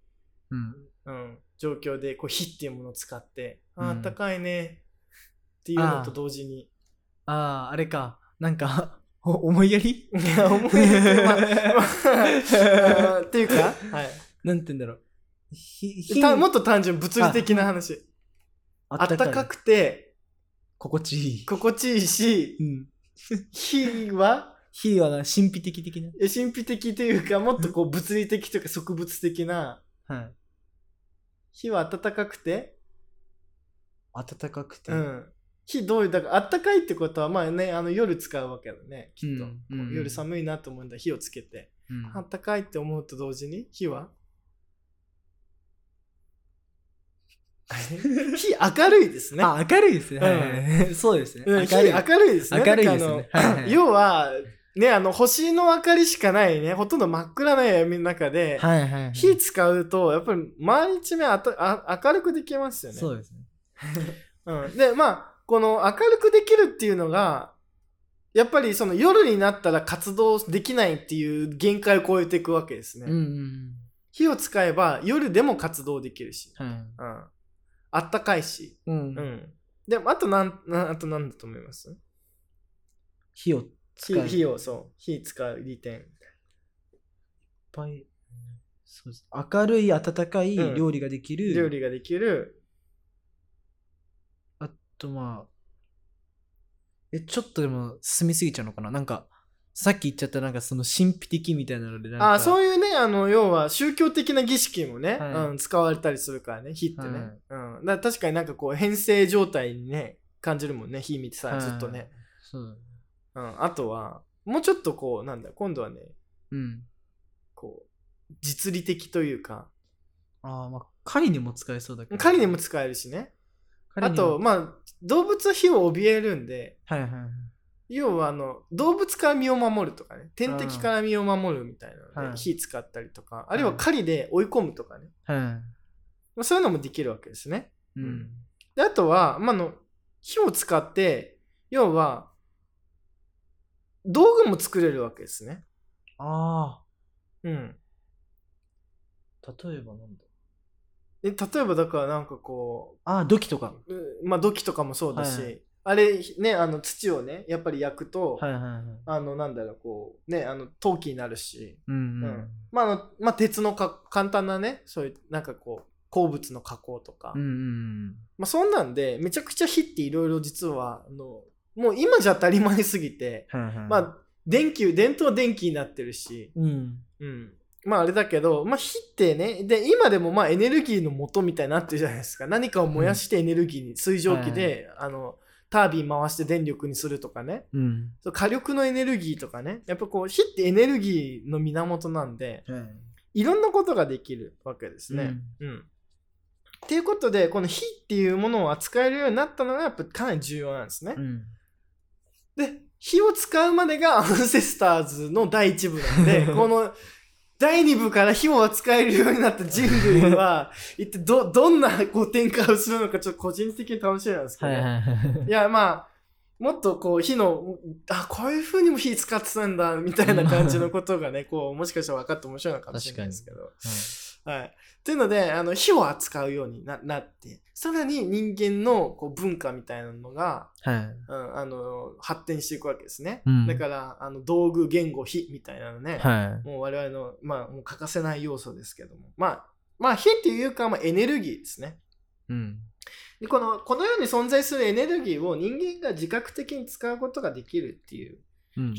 S3: うん
S2: うん、状況でこう火っていうものを使って、
S3: うん
S2: ああったかいねっていうのと同時に
S3: ああ、あれか。なんか、 お思いやり
S2: いや思い出まあまあっていうか、はい
S3: なんて言うんだろう。ひ、ひ
S2: た、もっと単純物理的な話
S3: あ
S2: あったかくて
S3: 心地いい。
S2: 心地いいし
S3: うん。
S2: 火は
S3: 火はな、神秘的的な。
S2: え神秘的というかもっとこう物理的というか植物的な
S3: はい。
S2: 火は暖かくて、
S3: 暖かくて。
S2: うん、火どういうだから暖かいってことはまあねあの夜使うわけだねきっと、
S3: うん
S2: こう
S3: うん
S2: 夜寒いなと思うんだ火をつけて
S3: うん
S2: あったかいって思うと同時に火は 火明るいですね。
S3: あ、明るいですね。
S2: うん
S3: はいはい そうですね。
S2: うん
S3: 明
S2: 火
S3: るい。
S2: 明るいですね。
S3: 明るい
S2: な
S3: で
S2: んか
S3: す
S2: あの
S3: ね。はいはい
S2: 要は、ね、あの、星の明かりしかないね、ほとんど真っ暗な闇の中で、
S3: はいはいはい。
S2: 火使うと、やっぱり毎日目あたあ明るくできますよね。
S3: そうですね。
S2: うん、でまあこの明るくできるっていうのがやっぱりその夜になったら活動できないっていう限界を超えていくわけですね、
S3: うんうん
S2: 火を使えば夜でも活動できるし、
S3: うん。はい。
S2: うん、あったかいし、
S3: うん
S2: うん、であとなんなあと何だと思います
S3: 火を使
S2: 火
S3: う。いっ
S2: 火をそう火使う利点
S3: ぱい。そうです明るい、温かい
S2: うん
S3: 料理ができる。
S2: 料理ができる、
S3: あとまあ、え、ちょっとでも進みすぎちゃうのかななんか、さっき言っちゃったなんかその神秘的みたいなのでなんか、
S2: あそうういうねあの要は宗教的な儀式もね、
S3: はい
S2: うん、使われたりするからね火ってね、
S3: はい
S2: うん、だから確かになんかこう変性状態にね感じるもんね火見てさ、
S3: はい
S2: ずっとね、
S3: そう。
S2: うん、あとはもうちょっとこうなんだ今度はね
S3: うん。
S2: こう実利的というか
S3: ああ、まあ、狩りにも使えそうだけど。
S2: 狩りにも使えるしね
S3: 狩
S2: あ
S3: りにも
S2: と、まあ動物は火を怯えるんで
S3: はいはいはい。
S2: 要はあの動物から身を守るとかね天敵から身を守るみたいなの
S3: は
S2: で
S3: い
S2: 火使ったりとかあるいは狩りで追い込むとかね
S3: は
S2: まあそういうのもできるわけですね
S3: い。うん。
S2: であとは、まあ、あの火を使って要は道具も作れるわけですね
S3: あ
S2: うん
S3: あ、例えばなんだ
S2: で例えばだからなんかこう
S3: ああ、土器とか。
S2: うまあ土器とかもそうだし、
S3: はい
S2: あれねあの土をねやっぱり焼くと、
S3: はいはいはい。
S2: あのなんだろうこうねあの陶器になるし、
S3: うんう
S2: うんん。まああのまあ、鉄のか簡単なねそういうなんかこう鉱物の加工とか、
S3: うんうん
S2: まあ、そんなんでめちゃくちゃ火っていろいろ実はあのもう今じゃ当たり前すぎて、
S3: うん。はいはい。
S2: ま、あ電球伝統電気になってるし、
S3: うん。
S2: うん、まああれだけど、まあ、火ってねで今でもまあエネルギーの元みたいになってるじゃないですか何かを燃やしてエネルギーに、水蒸気で、あのタービン回して電力にするとかね
S3: うん。
S2: そう火力のエネルギーとかねやっぱこう火ってエネルギーの源なんで
S3: はい。
S2: いろんなことができるわけですね。うんっていうことでこの火っていうものを扱えるようになったのがやっぱかなり重要なんですね。
S3: うん。
S2: で火を使うまでがアンセスターズの第一部なんでこの第二部から火を使えるようになった人類は一体どどんなこう展開をするのかちょっと個人的に楽しみなんですけど
S3: は
S2: ね、
S3: いはい
S2: いやまあもっとこう火のあこういう風にも火使ってたんだみたいな感じのことがねこうもしかしたら分かって面白いのかもしれないですけど。はい。っていうので、あの、火を扱うようにななって、さらに人間のこう文化みたいなのが、
S3: はい。はい。
S2: うん、あの発展していくわけですね、
S3: うん
S2: だからあの道具言語非みたいなのね、
S3: は
S2: もう我々の、まあ、もう欠かせない要素ですけどもまあまあ非っていうか、まあ、エネルギーですね
S3: い。うん。
S2: でこのこの世に存在するエネルギーを人間が自覚的に使うことができるっていう
S3: うん。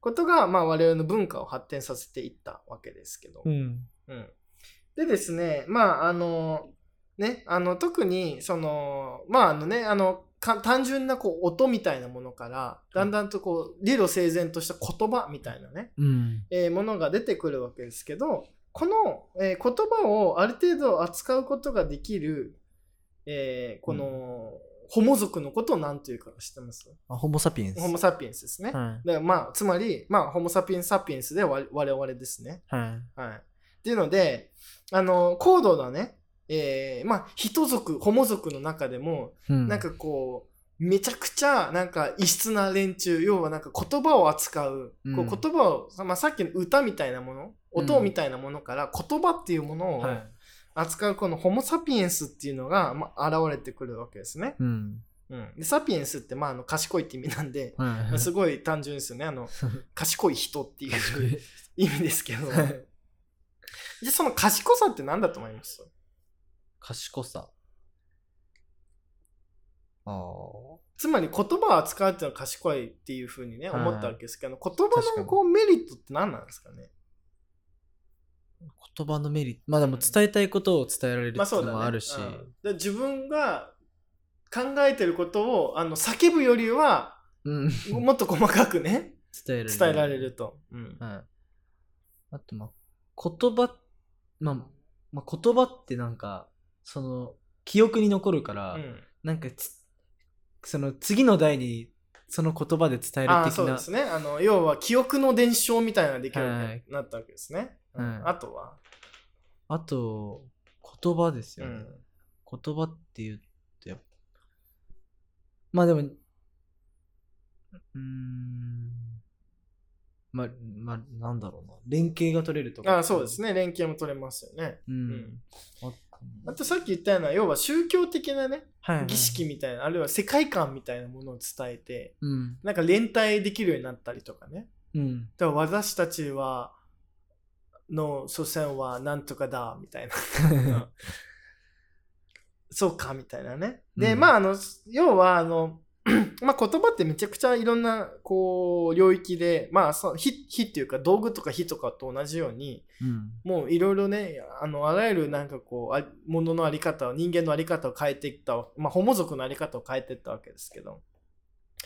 S2: ことが、まあ、我々の文化を発展させていったわけですけど、
S3: うん。
S2: うん、でですねまああのねあの特にそのまああのねあのか単純なこう音みたいなものからだんだんとこう理路整然とした言葉みたいなね、
S3: うん。
S2: えーものが出てくるわけですけどこの、えー言葉をある程度扱うことができる、えーこの、ホモ族のことを何というか知ってます
S3: あ、ホモサピエンス。
S2: ホモ・サピエンスですね。
S3: は
S2: でまあ、つまり、まあ、ホモ・サピエンス・サピエンスで我我々ですね。
S3: い。はい。
S2: はい。っていうので、あの、高度なね、えーまあ、人族、ホモ族の中でも、
S3: うん
S2: なん、かこう、めちゃくちゃ、なんか異質な連中、要はなんか言葉を扱う、こ
S3: うん
S2: う言葉を、まあ、さっきの歌みたいなもの、音
S3: うん
S2: みたいなものから言葉っていうものを
S3: はい。
S2: 扱うこのホモ・サピエンスっていうのが、まあ、現れてくるわけですね。
S3: うん。
S2: うん、でサピエンスって、まあ、あの賢いって意味なんで、
S3: はいはい。
S2: すごい単純ですよね。あ の賢い人っていう意味ですけど。
S3: はい
S2: じゃあその賢さって何だと思います
S3: 賢さ。ああ。
S2: つまり言葉を扱うっていうのは賢いっていうふうにね、
S3: はい
S2: 思ったわけですけど、言葉
S3: 確か
S2: の
S3: に
S2: こうメリットって何なんですかね
S3: 言葉のメリットまあでも伝えたいことを伝えられる
S2: まあ
S3: ってい
S2: そうう
S3: の
S2: だね。
S3: もあるし、
S2: うんだから自分が考えてることをあの叫ぶよりは、
S3: うん、
S2: もっと細かくね、
S3: 伝えられる
S2: 伝えられると。うん
S3: はいあとまあ言葉まあ、まあ、言葉ってなんかその記憶に残るから、
S2: うん
S3: なんかつその次の代にその言葉で伝える
S2: あー
S3: 的
S2: そう
S3: な
S2: ですねあの要は記憶の伝承みたいなのができるよう
S3: はい
S2: になったわけですね、
S3: うん
S2: あとは、
S3: あと言葉です
S2: う
S3: よね、
S2: ん、
S3: 言葉って言ってまあでもうーんままあなんだろうな連携が取れるとか
S2: あーそうです
S3: ね
S2: ね連携も取れますよね、
S3: う、
S2: うん
S3: あ
S2: あとさっき言ったような要は宗教的なね
S3: はいはい
S2: 儀式みたいなあるいは世界観みたいなものを伝えて
S3: うん
S2: なんか連帯できるようになったりとかね
S3: うん
S2: だから私たちはの祖先はなんとかだみた いなうんそうかみたいなねで、
S3: うん
S2: まああの要はあの まあ言葉ってめちゃくちゃいろんなこう領域でまあそう火火っていうか道具とか火とかと同じように
S3: うん
S2: もういろいろねあのあらゆるなんかこうあもののあり方を人間のあり方を変えていったわまあホモ族のあり方を変えていったわけですけど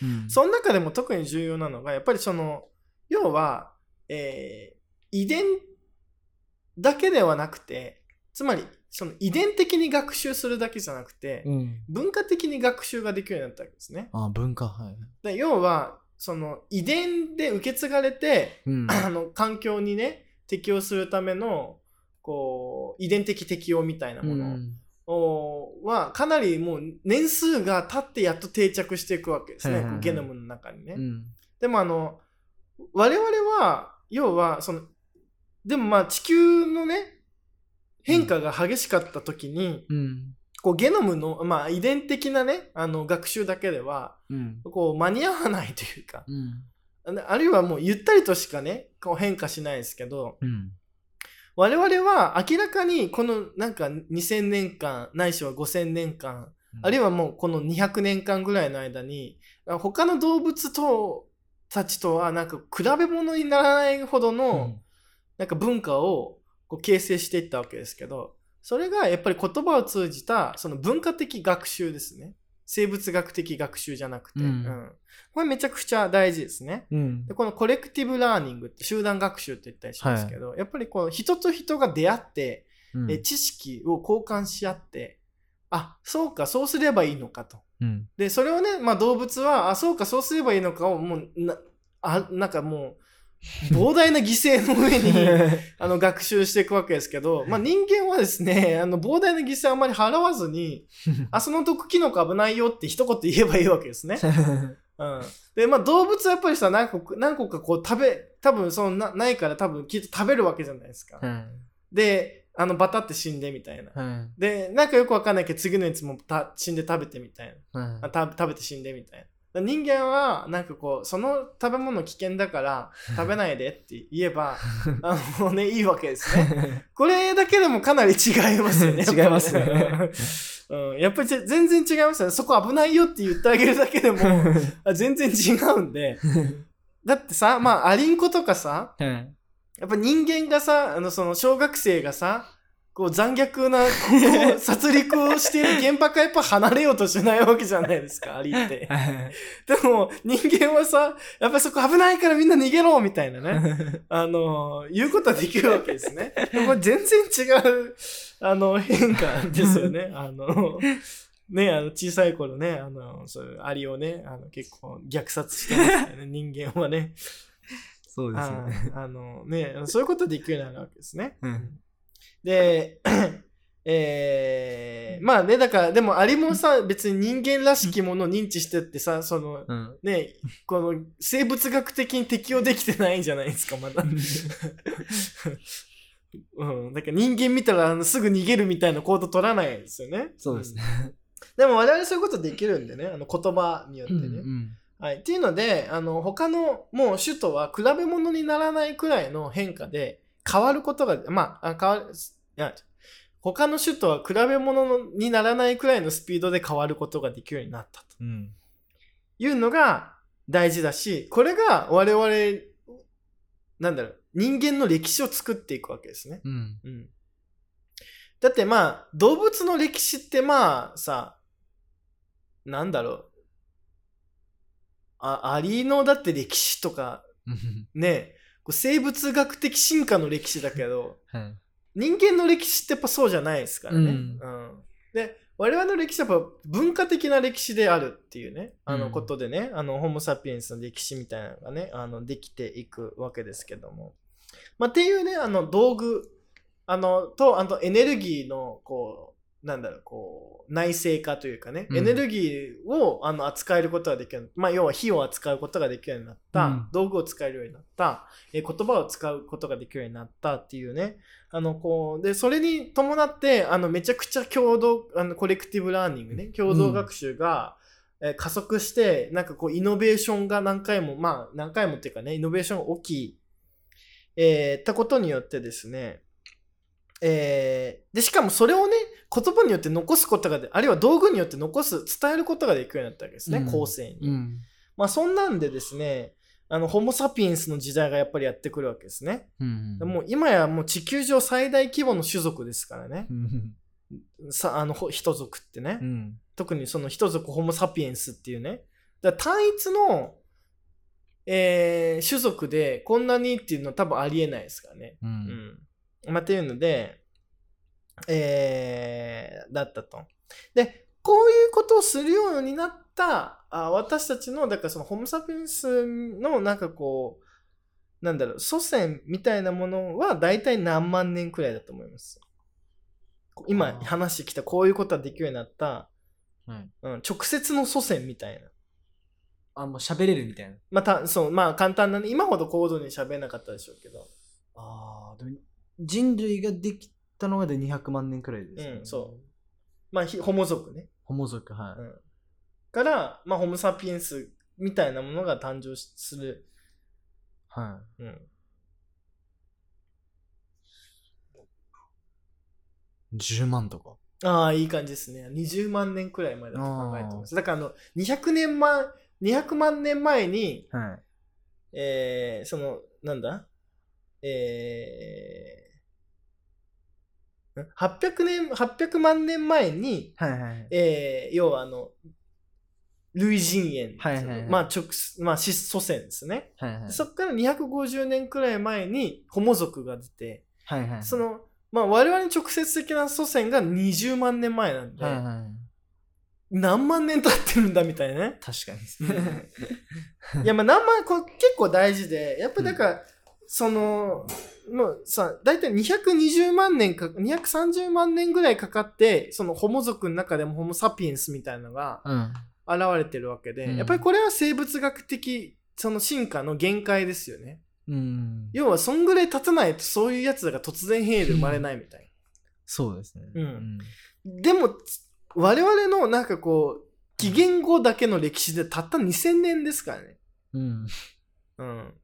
S3: うん
S2: その中でも特に重要なのがやっぱりその要は、えー遺伝だけではなくてつまりその遺伝的に学習するだけじゃなくて、
S3: うん
S2: 文化的に学習ができるようになったわけですね。
S3: あ文化はい
S2: で要はその遺伝で受け継がれて
S3: うん
S2: あの環境にね適応するためのこう遺伝的適応みたいなものをはかなりもう年数が経ってやっと定着していくわけですね、
S3: はいはいはい
S2: こうゲノムの中にね。
S3: うん
S2: でもあの我々は要はそのでもまあ地球のね変化が激しかった時に、
S3: うん
S2: こうゲノムの、まあ、遺伝的なねあの学習だけでは
S3: うん
S2: こう間に合わないというか
S3: うん
S2: あのあるいはもうゆったりとしかねこう変化しないですけど、
S3: うん
S2: 我々は明らかにこのなんか2000年間ないしは5000年間、あるい
S3: は
S2: はもうこの200年間ぐらいの間にあ他の動物とたちとはなんか比べ物にならないほどの、なんか文化をこう形成していったわけですけどそれがやっぱり言葉を通じたその文化的学習ですね生物学的学習じゃなくて、
S3: うん
S2: これめちゃくちゃ大事ですね。
S3: うん
S2: でこのコレクティブラーニングって集団学習って言ったりしますけど、やっぱりこう人と人が出会って、
S3: うん
S2: え知識を交換し合ってあそうかそうすればいいのかと
S3: うん
S2: でそれをね、まあ、動物はあそうかそうすればいいのかをもうなあなんかもう膨大な犠牲の上に あの学習していくわけですけど、まあ、人間はですねあの膨大な犠牲あんまり払わずにあその毒キノコ危ないよって一言言えばいいわけですね。うん、でまあ動物はやっぱりさ何個か何個かこう食べ多分そのなないから多分きっと食べるわけじゃないですか。であのバタって死んでみたいな。
S3: はい
S2: でなんかよくわかんないけど次のやつもた死んで食べてみたいな。
S3: はい
S2: あた食べて死んでみたいな人間はなんかこうその食べ物危険だから食べないでって言 えばあのねいいわけですねこれだけでもかなり違いますよ ね
S3: 違いますね
S2: やっぱり うん、やっぱりぜ全然違いますよねそこ危ないよって言ってあげるだけでもあ全然違うんでだってさまあアリンコとかさ
S3: はい
S2: やっぱ人間がさあのその小学生がさこう残虐なこう殺戮をしている現場からやっぱ離れようとしないわけじゃないですかアリって。でも人間はさやっぱそこ危ないからみんな逃げろみたいなねあの言うことはできるわけで すね。これ全然違うあの変化です よね。あのねあの小さい頃ねあのそういうアリをねあの結構虐殺してますよ ね人間はね。
S3: そうですよ
S2: あ
S3: ね
S2: あのねそういうことできるようになるわけですね。
S3: うん
S2: でえーまあねだからでもアリもさ別に人間らしきものを認知してってさその
S3: うん
S2: ね、この生物学的に適応できてないじゃないですか、まだ。うん、だから人間見たらあのすぐ逃げるみたいな行動取らないですよね。
S3: そうですね
S2: うん。でも我々そういうことできるんでね、あの言葉によってね。
S3: うん
S2: はい、っていうので、あの他のもう首都は比べ物にならないくらいの変化で変わることが、まあ、あ変わる、いや他の首都は比べ物にならないくらいのスピードで変わることができるようになったと。
S3: うん
S2: いうのが大事だし、これが我々、なんだろう、人間の歴史を作っていくわけですね。
S3: うん
S2: うん。だってまあ、動物の歴史ってまあさ、なんだろう、あアリのだって歴史とか
S3: うん
S2: ね、こう生物学的進化の歴史だけど、
S3: はい
S2: 人間の歴史ってやっぱそうじゃないですからね。
S3: うん
S2: で我々の歴史はやっぱ文化的な歴史であるっていうね、あ
S3: う
S2: の
S3: ん
S2: ことでね、あのホモ・サピエンスの歴史みたいなのがね、あのできていくわけですけども。まあ、っていうね、あの道具あのと、あとエネルギーのこう、なんだろう、こう、内製化というかね、
S3: うん
S2: エネルギーをあの扱えることができる、まあ、要は火を扱うことができるようになった、
S3: うん
S2: 道具を使えるようになった、えー言葉を使うことができるようになったっていうね、あのこうでそれに伴ってあのめちゃくちゃ共同あのコレクティブラーニングね共同学習が、えー加速してなんかこうイノベーションが何回もまあ何回もっていうかねイノベーションが起き、えーたことによってですねえーでしかもそれをね言葉によって残すことがであるいは道具によって残す伝えることができるようになったわけですね、
S3: うん
S2: 後世に、
S3: うん。
S2: まあそんなんでですねあのホモ・サピエンスの時代がやっぱりやってくるわけですね、
S3: うん。
S2: もう今やもう地球上最大規模の種族ですからね
S3: う、ん。
S2: さあのほ人族ってね、
S3: うん。
S2: 特にその人族ホモ・サピエンスっていうねだから単一の、えー種族でこんなにっていうのは多分ありえないですからね。
S3: う。
S2: うんんまあ、っていうので、えーだったと。でこういうことをするようになったあ私たちのだからそのホモ・サピエンスのなんかこうなんだろう祖先みたいなものは大体何万年くらいだと思います。
S3: あ
S2: 今
S3: ー
S2: 話してきたこういうことができるようになった、
S3: はい
S2: うん、直接の祖先みたいな。
S3: あ、もう喋れるみたいな。
S2: まあたそうまあ簡単なね今ほど高度に喋れなかったでしょうけど。
S3: ああ、でも人類ができたのがで200万年くらいです、
S2: うんそう。まあひホモ族ね。
S3: ホモ族、は
S2: うんから、まあ、ホモ・サピエンスみたいなものが誕生しする、
S3: い。は
S2: うん、
S3: い。10万とか。
S2: ああいい感じですね20万年くらい前だと考えてますだからあの200年前200万年前に、
S3: はい。
S2: えー、そのなんだえー、ん800年800万年前に、
S3: はいはい。
S2: えー、要はあの類人猿、
S3: はいはいはい
S2: まあ直まあ子祖先ですね、
S3: はいはい。
S2: そっから250年くらい前にホモ族が出て、
S3: はいはい。
S2: そ、の、まあ我々に直接的な祖先が20万年前なんで、
S3: はいはい。。
S2: 何万年経ってるんだみたいなね
S3: 確かに。
S2: いやまあ何万、これ結構大事で、やっぱだから、その、もうさ、大体220万年か、230万年ぐらいかかって、そのホモ族の中でもホモサピエンスみたいなのが
S3: うん。
S2: 現れてるわけで、
S3: うん
S2: やっぱりこれは生物学的、その進化の限界ですよね。
S3: うん。
S2: 要はそんぐらい経たないとそういうやつらが突然変異で生まれないみたい
S3: そうですね。
S2: うん
S3: ん。
S2: な。でもつ我々のなんかこう紀元後だけの歴史でたった2000年ですからね。
S3: うん。
S2: うん。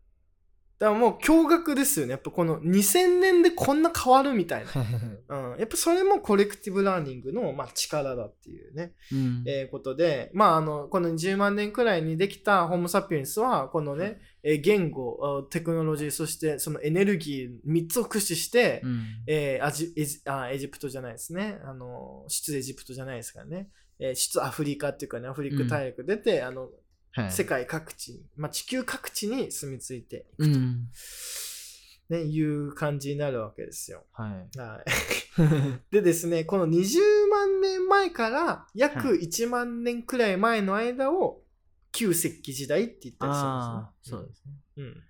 S2: だからもう驚愕ですよね。やっぱこの2000年でこんな変わるみたいな。うん、やっぱそれもコレクティブラーニングの、まあ、力だっていうね、
S3: うん
S2: えーことで、まあ、あのこの10万年くらいにできたホモ・サピエンスはこのね、えー言語あテクノロジーそしてそのエネルギー3つを駆使して、
S3: うん
S2: えーアジエジあエジプトじゃないですねあの出エジプトじゃないですからね、えー出アフリカっていうかねアフリカ大陸出て、あの
S3: はい
S2: 世界各地に、まあ、地球各地に住み着いていく
S3: うん。
S2: と、ね、いう感じになるわけですよ。
S3: はい。
S2: はい、 でですねこの20万年前から約
S3: は
S2: 1万年くらい前の間を旧石器時代って言ったりするんですね。
S3: ああ、そうですね。
S2: うん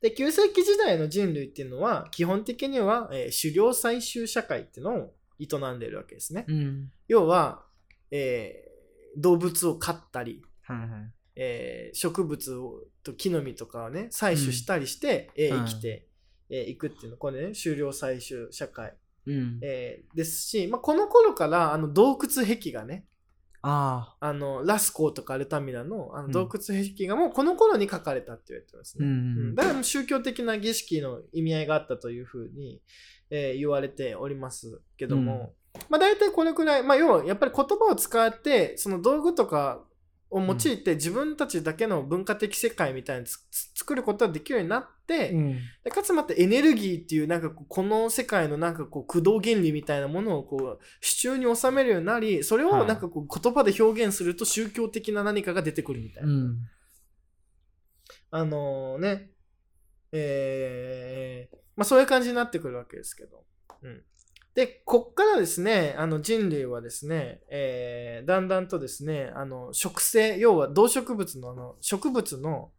S2: で旧石器時代の人類っていうのは基本的には、えー狩猟採集社会っていうのを営んでるわけですね。
S3: うん。
S2: 要は、えー動物を飼ったり、
S3: はいはい。
S2: えー植物をと木の実とかをね採取したりして、えー
S3: うん
S2: 生きてい、えーいくっていうのこれね狩猟採集社会、
S3: うん。
S2: えーですし、まあ、この頃からあの洞窟壁がね
S3: あ
S2: あのラスコーとかアルタミラのあの洞窟壁画もこの頃に書かれたって言われてます
S3: あ。
S2: ね。
S3: ん
S2: だからもう宗教的な儀式の意味合いがあったというふうに、えー言われておりますけども、まあ大体これくらい、まあ、要はやっぱり言葉を使ってその道具とかを用いて自分たちだけの文化的世界みたいにつつ作ることができるようになって、
S3: うん。
S2: でかつまたエネルギーっていうなんかこうこの世界のなんかこう駆動原理みたいなものをこう手中に収めるようになりそれをなんかこう言葉で表現すると宗教的な何かが出てくるみたいな。
S3: うん。
S2: あのね、えーまあそういう感じになってくるわけですけど。うん。で、こっからですね、あの人類はですね、えーだんだんとですね、あの植生、要は動植物のあの植物の、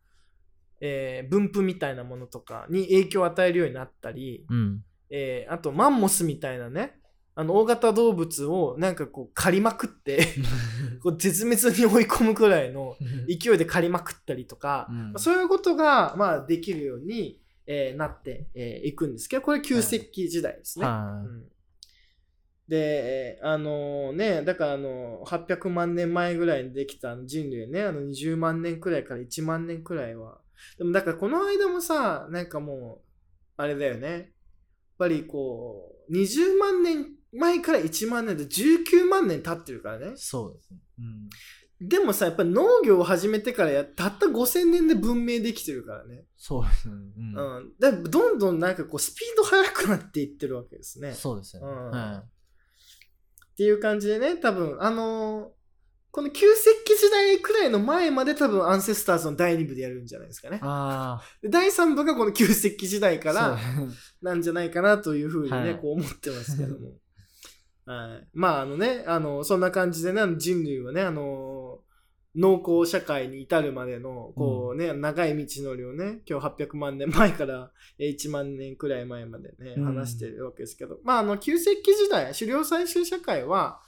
S2: えー分布みたいなものとかに影響を与えるようになったり、
S3: うん。
S2: えーあとマンモスみたいなね、あの大型動物をなんかこう狩りまくって、 こう絶滅に追い込むくらいの勢いで狩りまくったりとか、
S3: うん
S2: そういうことが、まあ、できるように、えーなって、えーいくんですけど、これ旧石器時代ですね。
S3: は
S2: うんで、えーあのね、だからあの800万年前ぐらいにできた人類ね、あの20万年くらいから1万年くらいは。でもだからこの間もさ、なんかもう、あれだよね。やっぱりこう、20万年前から1万年で19万年経ってるから
S3: い。。
S2: ね
S3: そうですね。うん。
S2: でもさ、やっぱり農業を始めてからやたった5000年で文明できてるからね。
S3: そうですね。うん。
S2: うん。だからどんどんなんかこう、スピード速くなっていってるわけですね。
S3: そうですよね。
S2: うん
S3: は
S2: っていう感じでね、多分、あのーこの旧石器時代くらいの前まで多分アンセスターズの第2部でやるんじゃないですかね
S3: い。。あ
S2: で第3部がこの旧石器時代
S3: あ。
S2: から
S3: そう
S2: なんじゃないかなというふうにね、
S3: はい
S2: こう思ってますけども。 はい、まああのね、あのそんな感じでね、あの人類はね、あの農耕社会に至るまでのこう、ね長い道のりをね今日800万年前からえー1万年くらい前までね
S3: うん
S2: 話してるわけですけど、まああの旧石器時代狩猟採集社会は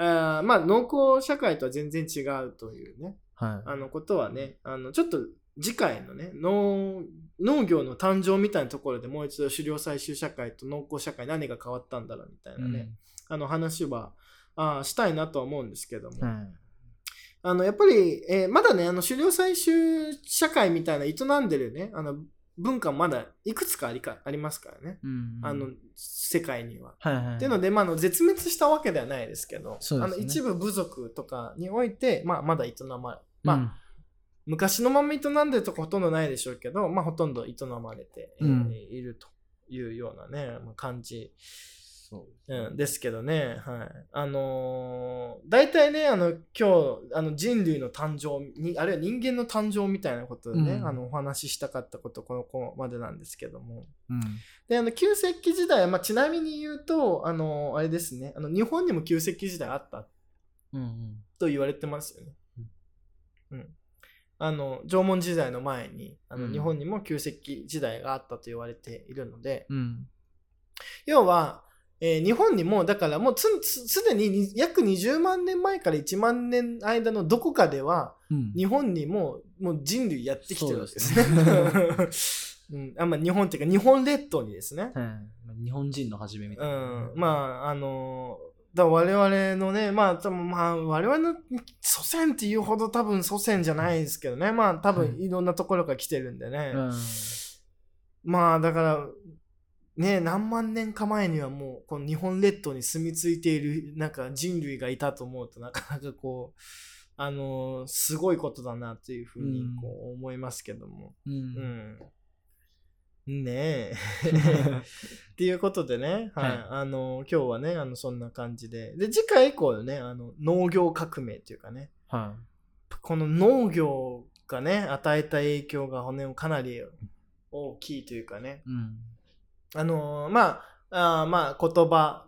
S2: あーまあ農耕社会とは全然違うというね
S3: はい。
S2: あのことはねあのちょっと次回のね農農業の誕生みたいなところでもう一度狩猟採集社会と農耕社会何が変わったんだろうみたいなね、あの話はあーしたいなとは思うんですけども、
S3: うんはい。
S2: あのやっぱり、えーまだねあの狩猟採集社会みたいな営んでるねあの文化まだいくつかありかありますからね、
S3: うん
S2: あの、世界には。
S3: はいはい。
S2: っていうので、まあ、あの絶滅したわけではないですけど
S3: そう
S2: あ
S3: です
S2: の
S3: ね
S2: 一部部族とかにおいて、まあ、まだ営
S3: う
S2: まれ、
S3: ん、
S2: まあ昔のまま営んでるとこほとんどないでしょうけど、まあ、ほとんど営まれて、えー
S3: うん
S2: いるというようなね、まあ、感じ、
S3: そう。
S2: うん、ですけどね、はい、あのー大体ねあの今日あの人類の誕生にあるいは人間の誕生みたいなことでね、
S3: うん
S2: あのお話ししたかったことこのここまでなんですけども
S3: うん。
S2: であの旧石器時代、まあ、ちなみに言うと、あのあれですねあの日本にも旧石器時代あった
S3: うんうん。
S2: と言われてますよね。うん、あの縄文時代の前にあの、
S3: うん
S2: 日本にも旧石器時代があったと言われているので、
S3: うん。
S2: 要は、えー日本にもだからもうつつすでにに約20万年前から1万年間のどこかでは
S3: うん。
S2: 日本にももう人類やってきてるわけですね。 うんあまあ、日本っていうか日本列島にですね。
S3: はいまあ日本人の初めみた
S2: う
S3: いな。
S2: ん、まああのだから我々のねまあ多分まあ我々の祖先っていうほど多分祖先じゃないですけどねまあ多分
S3: はい
S2: いろんなところから来てるんでね、
S3: うん
S2: まあだからね何万年か前にはもうこの日本列島に住み着いているなんか人類がいたと思うとなかなかこうあのすごいことだなというふうに
S3: うん
S2: こう思いますけども、
S3: う。
S2: うん ん、ねえっていうことでね、はい
S3: はい
S2: あの今日はねあのそんな感じでで次回以降ねあの農業革命というかね
S3: は
S2: この農業がね与えた影響が骨をかなり大きいというかね
S3: い。うん。
S2: あのーまああーまあ言葉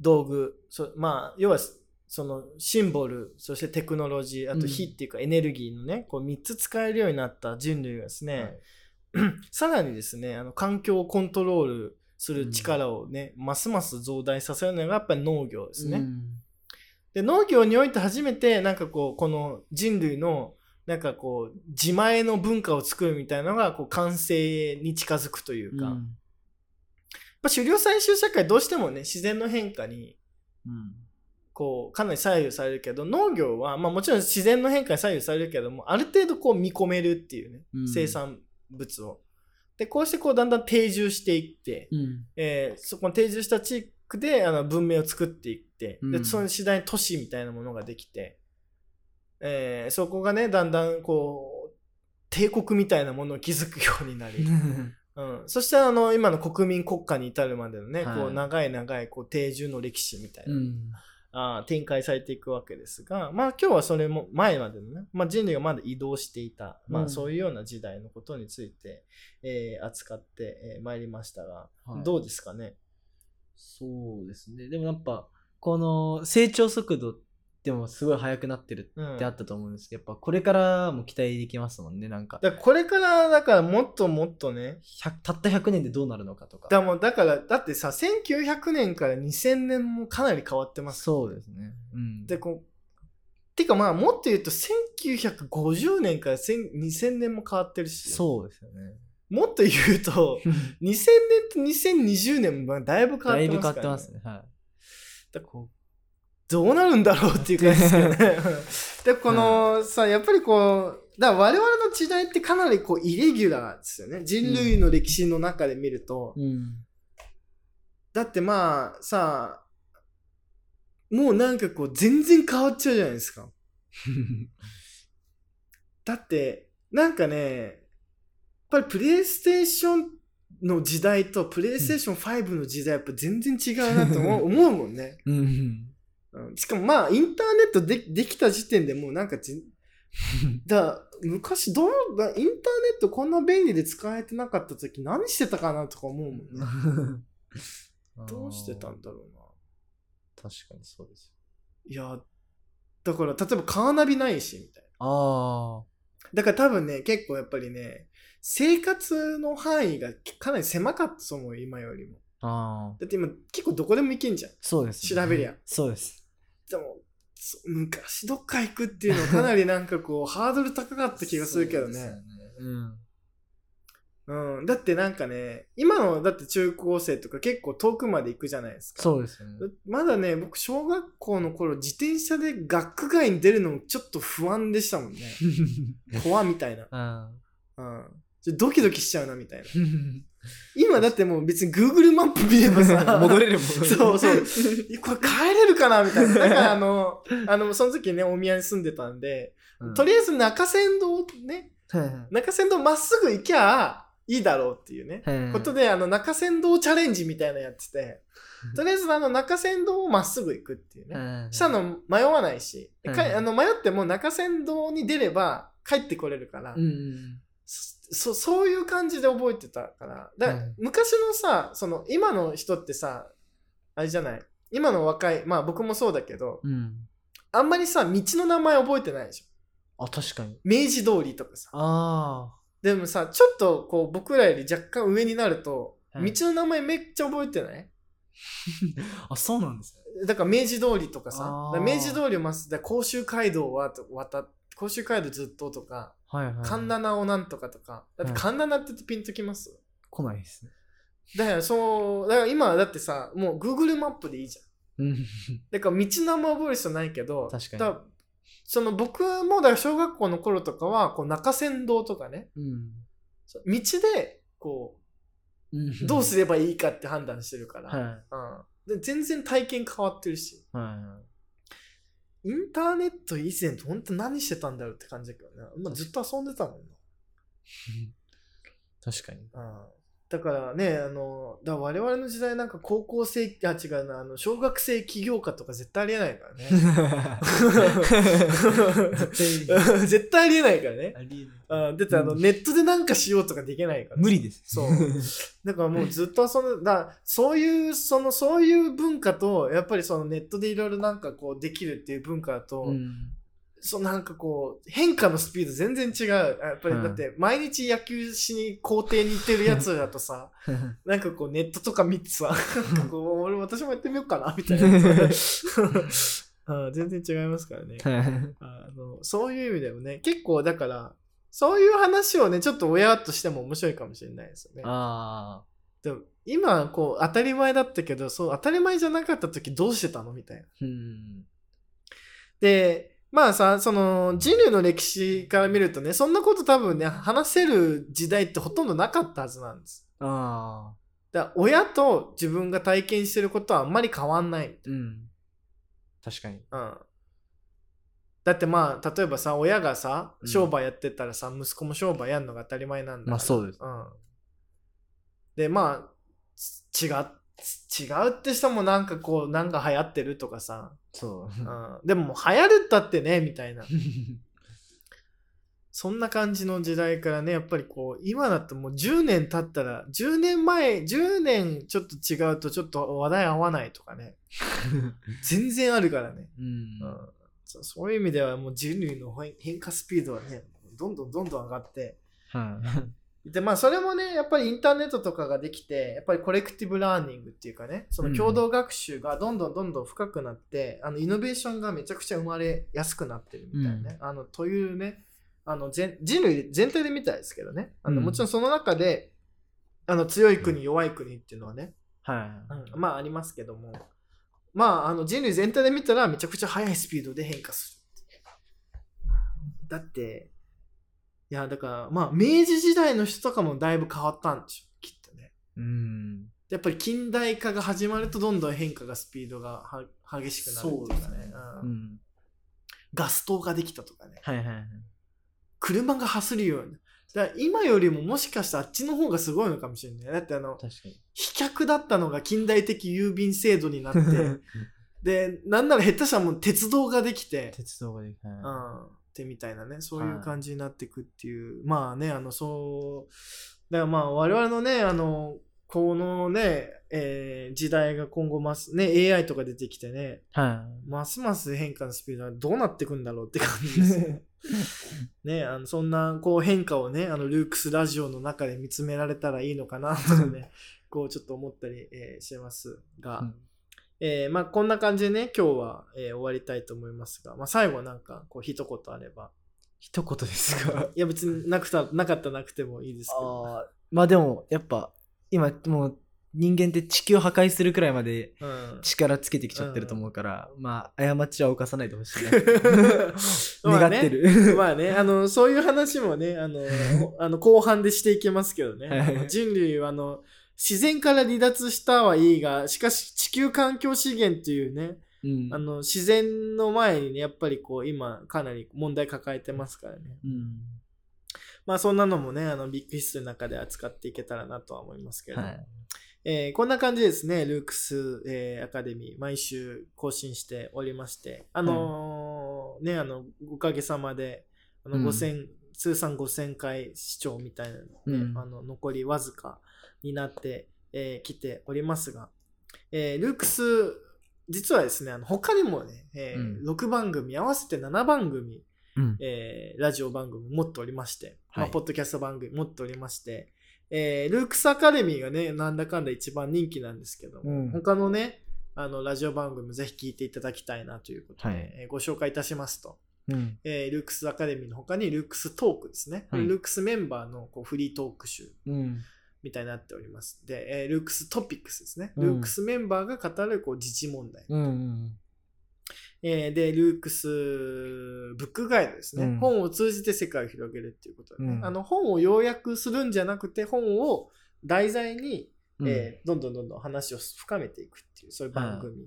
S2: 道具そまあ要はそのシンボルそしてテクノロジーあと火
S3: うん
S2: っていうかエネルギーのね、こう3つ使えるようになった人類がですね、 さらにですねあの環境をコントロールする力をね、ますます増大させるのがやっぱり農業ですね。
S3: うん
S2: で農業において初めてなんかこうこの人類のなんかこう自前の文化を作るみたいなのがこう完成に近づくという
S3: う
S2: か、やっ
S3: ん
S2: ぱ狩猟採集社会どうしてもね自然の変化に
S3: うん。
S2: こうかなり左右されるけど農業は、まあ、もちろん自然の変化に左右されるけどもある程度こう見込めるっていうね、
S3: うん
S2: 生産物を。でこうしてこうだんだん定住していって、
S3: うん。
S2: えーそこに定住した地区であの文明を作っていって、
S3: う
S2: で
S3: ん
S2: その次第に都市みたいなものができて、えーそこがねだんだんこう帝国みたいなものを築く ようにな り、うん、そしてあの今の国民国家に至るまでのね、
S3: はい
S2: こう長い長いこう定住の歴史みたいな、
S3: うん。
S2: あー展開されていくわけですが、まあ、今日はそれも前までのね、まあ、人類がまだ移動していた、ま
S3: う
S2: あ、
S3: ん
S2: そういうような時代のことについて、えー扱ってまい、えー参りましたが、
S3: はい
S2: どうですかね
S3: そうですね。でもやっぱ、この成長速度でもすごい速くなってる
S2: うん、
S3: ってあ
S2: だ
S3: っ
S2: か
S3: たと思うんですけど、やっぱこれからも期待できますもんね、なんか。
S2: らこれからだからもっともっとね
S3: 100たった100年でどうなるのかとか。
S2: だもうだからだってさ1900年から2000年もかなり変わってます
S3: そうですね。うん。
S2: でこうてかまあもっと言うと1950年から1000 2000年も変わってるし
S3: そうですよ ね。
S2: もっと言うと2000年と2020年もだいぶ変わ
S3: だ
S2: っ
S3: い
S2: て
S3: ぶ変
S2: ま
S3: わ
S2: す
S3: っ
S2: か
S3: て
S2: ら、
S3: ま
S2: ね
S3: す、ね。はい。
S2: だこうどうなるんだろうっていう感じですよね。 でこの、さやっぱりこうだから我々の時代ってかなりこうイレギュラーですよね人類の歴史の中で見ると、
S3: うん。
S2: だってまあさもうなんかこう全然変わっちゃうじゃないですか。だってなんかねやっぱりプレイステーションの時代とプレイステーション5の時代やっぱ全然違うなと思う思うもんね、
S3: うん。
S2: うん、しかもまあインターネットでできた時点でもうなんか じだ昔どうだインターネットこんな便利で使えてなかった時何してたかなとか思うもんねどうしてたんだろうな
S3: 確かにそうです。
S2: いやだから例えばカーナビないしみたいな
S3: ああ。
S2: だから多分ね、結構やっぱりね、生活の範囲がかなり狭かったと思う、今よりも。
S3: ああ。
S2: だって今、結構どこでも行けんじゃん。
S3: そうです、
S2: 調べりゃ。
S3: そうです。
S2: でも、そ昔どっか行くっていうのはかなりなんか こう、ハードル高かった気がするけど
S3: そうですよ
S2: ね。
S3: うん。
S2: うん。だってなんかね、今のだって中高生とか結構遠くまで行くじゃないですか。
S3: そうですよね。
S2: まだね、僕、小学校の頃、自転車で学区外に出るのもちょっと不安でした もんね。怖みたいな。
S3: あ
S2: うん。ちょっとドキドキしちゃうな、みたいな。
S3: あ。、
S2: 今だってもう別に Google マップ見れば さ
S3: 戻 れる戻れる。
S2: そうそう。えこれ帰れるかなみたいな。だからあの、 あの、その時ね、大宮に住んでたんで、
S3: うん。
S2: とりあえず中山道をね、
S3: はいはい
S2: 中山道まっすぐ行きゃいいだろうっていうね。
S3: はいはい
S2: ことで、あの、中山道チャレンジみたいなのやってて、とりあえずあの、中山道をまっすぐ行くっていうね。したの迷わないし、
S3: はい
S2: かあの迷っても中山道に出れば帰ってこれるから、
S3: うん
S2: そそういう感じで覚えてたからだから
S3: はい
S2: 昔のさその今の人ってさあれじゃない今の若いまあ僕もそうだけど
S3: うん。うん。
S2: あんまりさ道の名前覚えてないでしょ
S3: あ、確かに。
S2: 明治通りとかさ
S3: あ
S2: でもさちょっとこう僕らより若干上になると道
S3: はい
S2: の名前めっちゃ覚えてない、
S3: あ。あ、そうなんですね。
S2: だから明治通りとかさ
S3: あー
S2: だから明治通りをまっすぐだから甲州街道はと渡っ甲州街道ずっととか
S3: はいはいはい。
S2: 神田名をなんとかとかだって
S3: はい
S2: 神田名ってピンときます、
S3: 来ないですね。
S2: だからそう、だから今はだってさ、もう Google マップでいいじゃん。
S3: うん。
S2: だから道の名前覚える人ないけど、
S3: 確かに
S2: だらその僕もだから小学校の頃とかは、こう中山道とかね、
S3: う
S2: そう道でこう、
S3: ん。
S2: どうすればいいかって判断してるから、
S3: はい
S2: うんで全然体験変わってるし、
S3: は
S2: インターネット以前本当何してたんだろうって感じだけどね、まあ、ずっと遊んでたもんな。
S3: い。確 かに。
S2: うんだからね、あの、だから我々の時代なんか高校生、あ、違うな、あの、小学生起業家とか絶対ありえないからね。 絶対ありえないからね。うん、だってあの、
S3: う
S2: ネットでなんかしようとかできないから。
S3: 無理です。
S2: そう。だからもうずっとその、だそういう、その、そういう文化と、やっぱりそのネットでいろいろなんかこうできるっていう文化と、
S3: うん。
S2: そのなんかこう、変化のスピード全然違う。あやっぱりだって、毎日野球しに校庭に行ってるやつだとさ、 なんかこうネットとか見て さ、なんかこう、俺私もやってみようかな、みたいな。 あ全然違いますからね。あのそういう意味でもね、結構だから、そういう話をね、ちょっと親としても面白いかもしれないですよね。
S3: ああ。
S2: でも今、こう、当たり前だったけど、そう、当たり前じゃなかった時どうしてたのみたいな。
S3: うん。
S2: で、まあさ、その人類の歴史から見るとね、そんなこと多分ね、話せる時代ってほとんどなかったはずなんです。
S3: ああ。
S2: だから親と自分が体験してることはあんまり変わんないみたい
S3: うん。確かに。
S2: な。うん。だってまあ、例えばさ、親がさ、
S3: うん
S2: 商売やってたらさ、息子も商売やるのが当たり前なんだから
S3: まあそうです。
S2: うん。で、まあ、ち違う、ち違うって人もなんかこう、なんか流行ってるとかさ、
S3: そう
S2: う。ん、でももう流行るったってね、みたいな。そんな感じの時代からねやっぱりこう今だともう10年経ったら10年前10年ちょっと違うとちょっと話題合わないと かね全然あるからね、
S3: うん
S2: うんそそういう意味ではもう人類の変変化スピードはねどんどんどんどん上がって
S3: はい
S2: でまあそれもねやっぱりインターネットとかができてやっぱりコレクティブラーニングっていうかねその共同学習がどんどんどんどん深くなって、あのイノベーションがめちゃくちゃ生まれやすくなってるみたいなね、あのというねあの全人類全体で見たいですけどねあの、
S3: うん
S2: もちろんその中であの強い国弱い国っていうのはね、
S3: はい
S2: うんまあありますけどもまああの人類全体で見たらめちゃくちゃ速いスピードで変化するだっていやだからまあ明治時代の人とかもだいぶ変わったんでしょうきっとね
S3: うん
S2: やっぱり近代化が始まるとどんどん変化がスピードがは激しくなるっていうか
S1: そうで
S2: ね
S1: すね
S2: うん
S3: うん
S2: ガス灯ができたとかね
S3: はいはいはい
S2: 車が走るようにだから今よりももしかしたらあっちの方がすごいのかもしれないだってあの
S3: 確かに
S2: 飛脚だったのが近代的郵便制度 になって でなんなら下手したらもう鉄道ができて、
S3: 鉄道ができた
S2: う
S3: は
S2: ん、ってみたいなねそういう感じになっていくっていう、まあねあのそうだからまあ我々のねあのこのね、えー時代が今後ますね AI とか出てきてね
S3: いは
S2: ますます変化のスピードがどうなっていくんだろうって感じです よねあのそんなこう変化をねあのルークスラジオの中で見つめられたらいいのかなと かねこうちょっと思ったり、えーしてますが、
S3: うん
S2: えーまあ、こんな感じでね今日は、えー終わりたいと思いますが、まあ、最後なんかこう一言あれば
S3: 一言ですが
S2: いや別になくたなかったらなくてもいいですけど、
S3: あーまあでもやっぱ今もう人間って地球を破壊するくらいまで
S2: うん、
S3: 力つけてきちゃってると思うから、まあ過ちは犯さないでほし いな
S2: ま
S3: 願
S2: あ
S3: って
S2: ね
S3: る、
S2: まあね、あの、そういう話もね、 あの、あの後半でしていけますけどね。
S3: はい
S2: あの人類は、あの、自然から離脱したはいいが、しかし地球環境資源というね、
S3: うん
S2: あの、自然の前にね、やっぱりこう、今、かなり問題抱えてますからね。
S3: うん
S2: まあ、そんなのもね、あの、ビッグヒストリーの中で扱っていけたらなとは思いますけど。
S3: はい
S2: えーこんな感じですね、ルークス、えーアカデミー、毎週更新しておりまして、あのーね、あの、おかげさまで、あの
S3: うん
S2: 5000、通算5000回視聴みたいなので、
S3: うん
S2: あの残りわずかになってき、えー来ておりますが、えールークス、実はですね、あの他にもね、えー
S3: う
S2: 6番組、合わせて7番組、
S3: うん
S2: えーラジオ番組持っておりまして、まあ
S3: はい
S2: ポッドキャスト番組持っておりまして、えールークスアカデミーがね、なんだかんだ一番人気なんですけども、
S3: うん
S2: 他のね、あのラジオ番組もぜひ聞いていただきたいなということで、
S3: はい
S2: えーご紹介いたしますと、
S3: うん
S2: えールークスアカデミーの他にルークストークですね、
S3: はい
S2: ルークスメンバーのこうフリートーク集
S3: うん
S2: みたいになっております。で、えールークストピックスですね、
S3: うん
S2: ルークスメンバーが語るこう自治問題、
S3: うんうん
S2: えーで、ルークスブックガイドですね、
S3: うん
S2: 本を通じて世界を広げるっていうことでね、
S3: うん
S2: あの本を要約するんじゃなくて、本を題材に、
S3: うん
S2: えーどんどんどんどん話を深めていくっていう、そういう番組、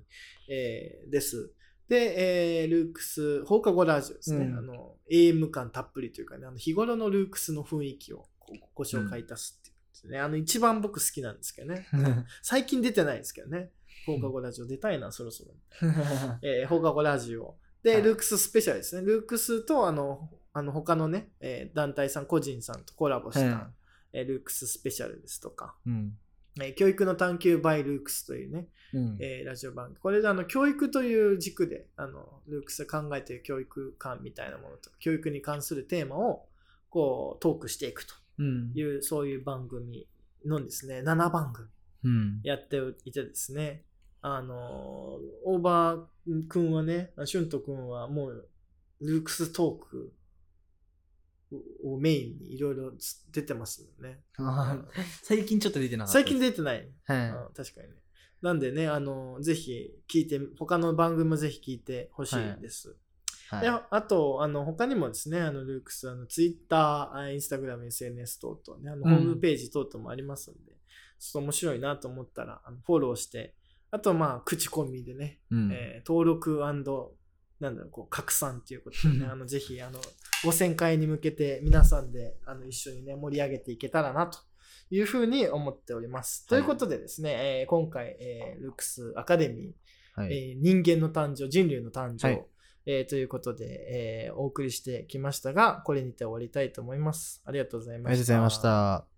S2: えーです。で、えールークス放課後ラジオですね、
S3: うん
S2: あの AM 感たっぷりというかね、あの日頃のルークスの雰囲気をこうご紹介いたすっていうことですね、あの一番僕好きなんですけどね、最近出てないですけどね、放課後ラジオ出たいな、そろそろ。えー放課後ラジオ。で、
S3: はい
S2: ルークススペシャルですね。ルークスとあの、あの他のね、えー団体さん、個人さんとコラボした、
S3: は
S2: えールークススペシャルですとか、
S3: うん
S2: えー教育の探求 by ルークスというね、
S3: うん
S2: えーラジオ番組。これであの、教育という軸で、あの、ルークスが考えている教育観みたいなものと、教育に関するテーマを、こう、トークしていくと
S3: うん
S2: いう、そういう番組のですね、7番組。
S3: うん
S2: やっていてですね、あの、大場くんはね、俊斗くんはもう、ルークストークをメインにいろいろ出てますもんね。
S3: あー最近ちょっと出てなかった
S2: 最近
S3: で
S2: 出てない。
S3: すは
S2: う
S3: い
S2: ん確かにね。なんでね、あの、ぜひ聞いて、他の番組もぜひ聞いてほしいです。
S3: はい
S2: であと、あの他にもですね、あのルークス、あのツイッター、インスタグラム、SNS 等々ね、あの
S3: うん
S2: ホームページ等々もありますんで、ちょっと面白いなと思ったら、あのフォローして、あと、まあ、口コミでね、
S3: うん
S2: えー登録なんだろうこう拡散ということでね、あのぜひあの5000回に向けて皆さんであの一緒にね、盛り上げていけたらなというふうに思っております。
S3: はい
S2: ということでですね、えー今回、えールークスアカデミー、
S3: はい
S2: えー人間の誕生人類の誕生、
S3: はい
S2: えーということで、えーお送りしてきましたが、これにて終わりたいと思います。ありがとうございました。
S4: りがとうございました。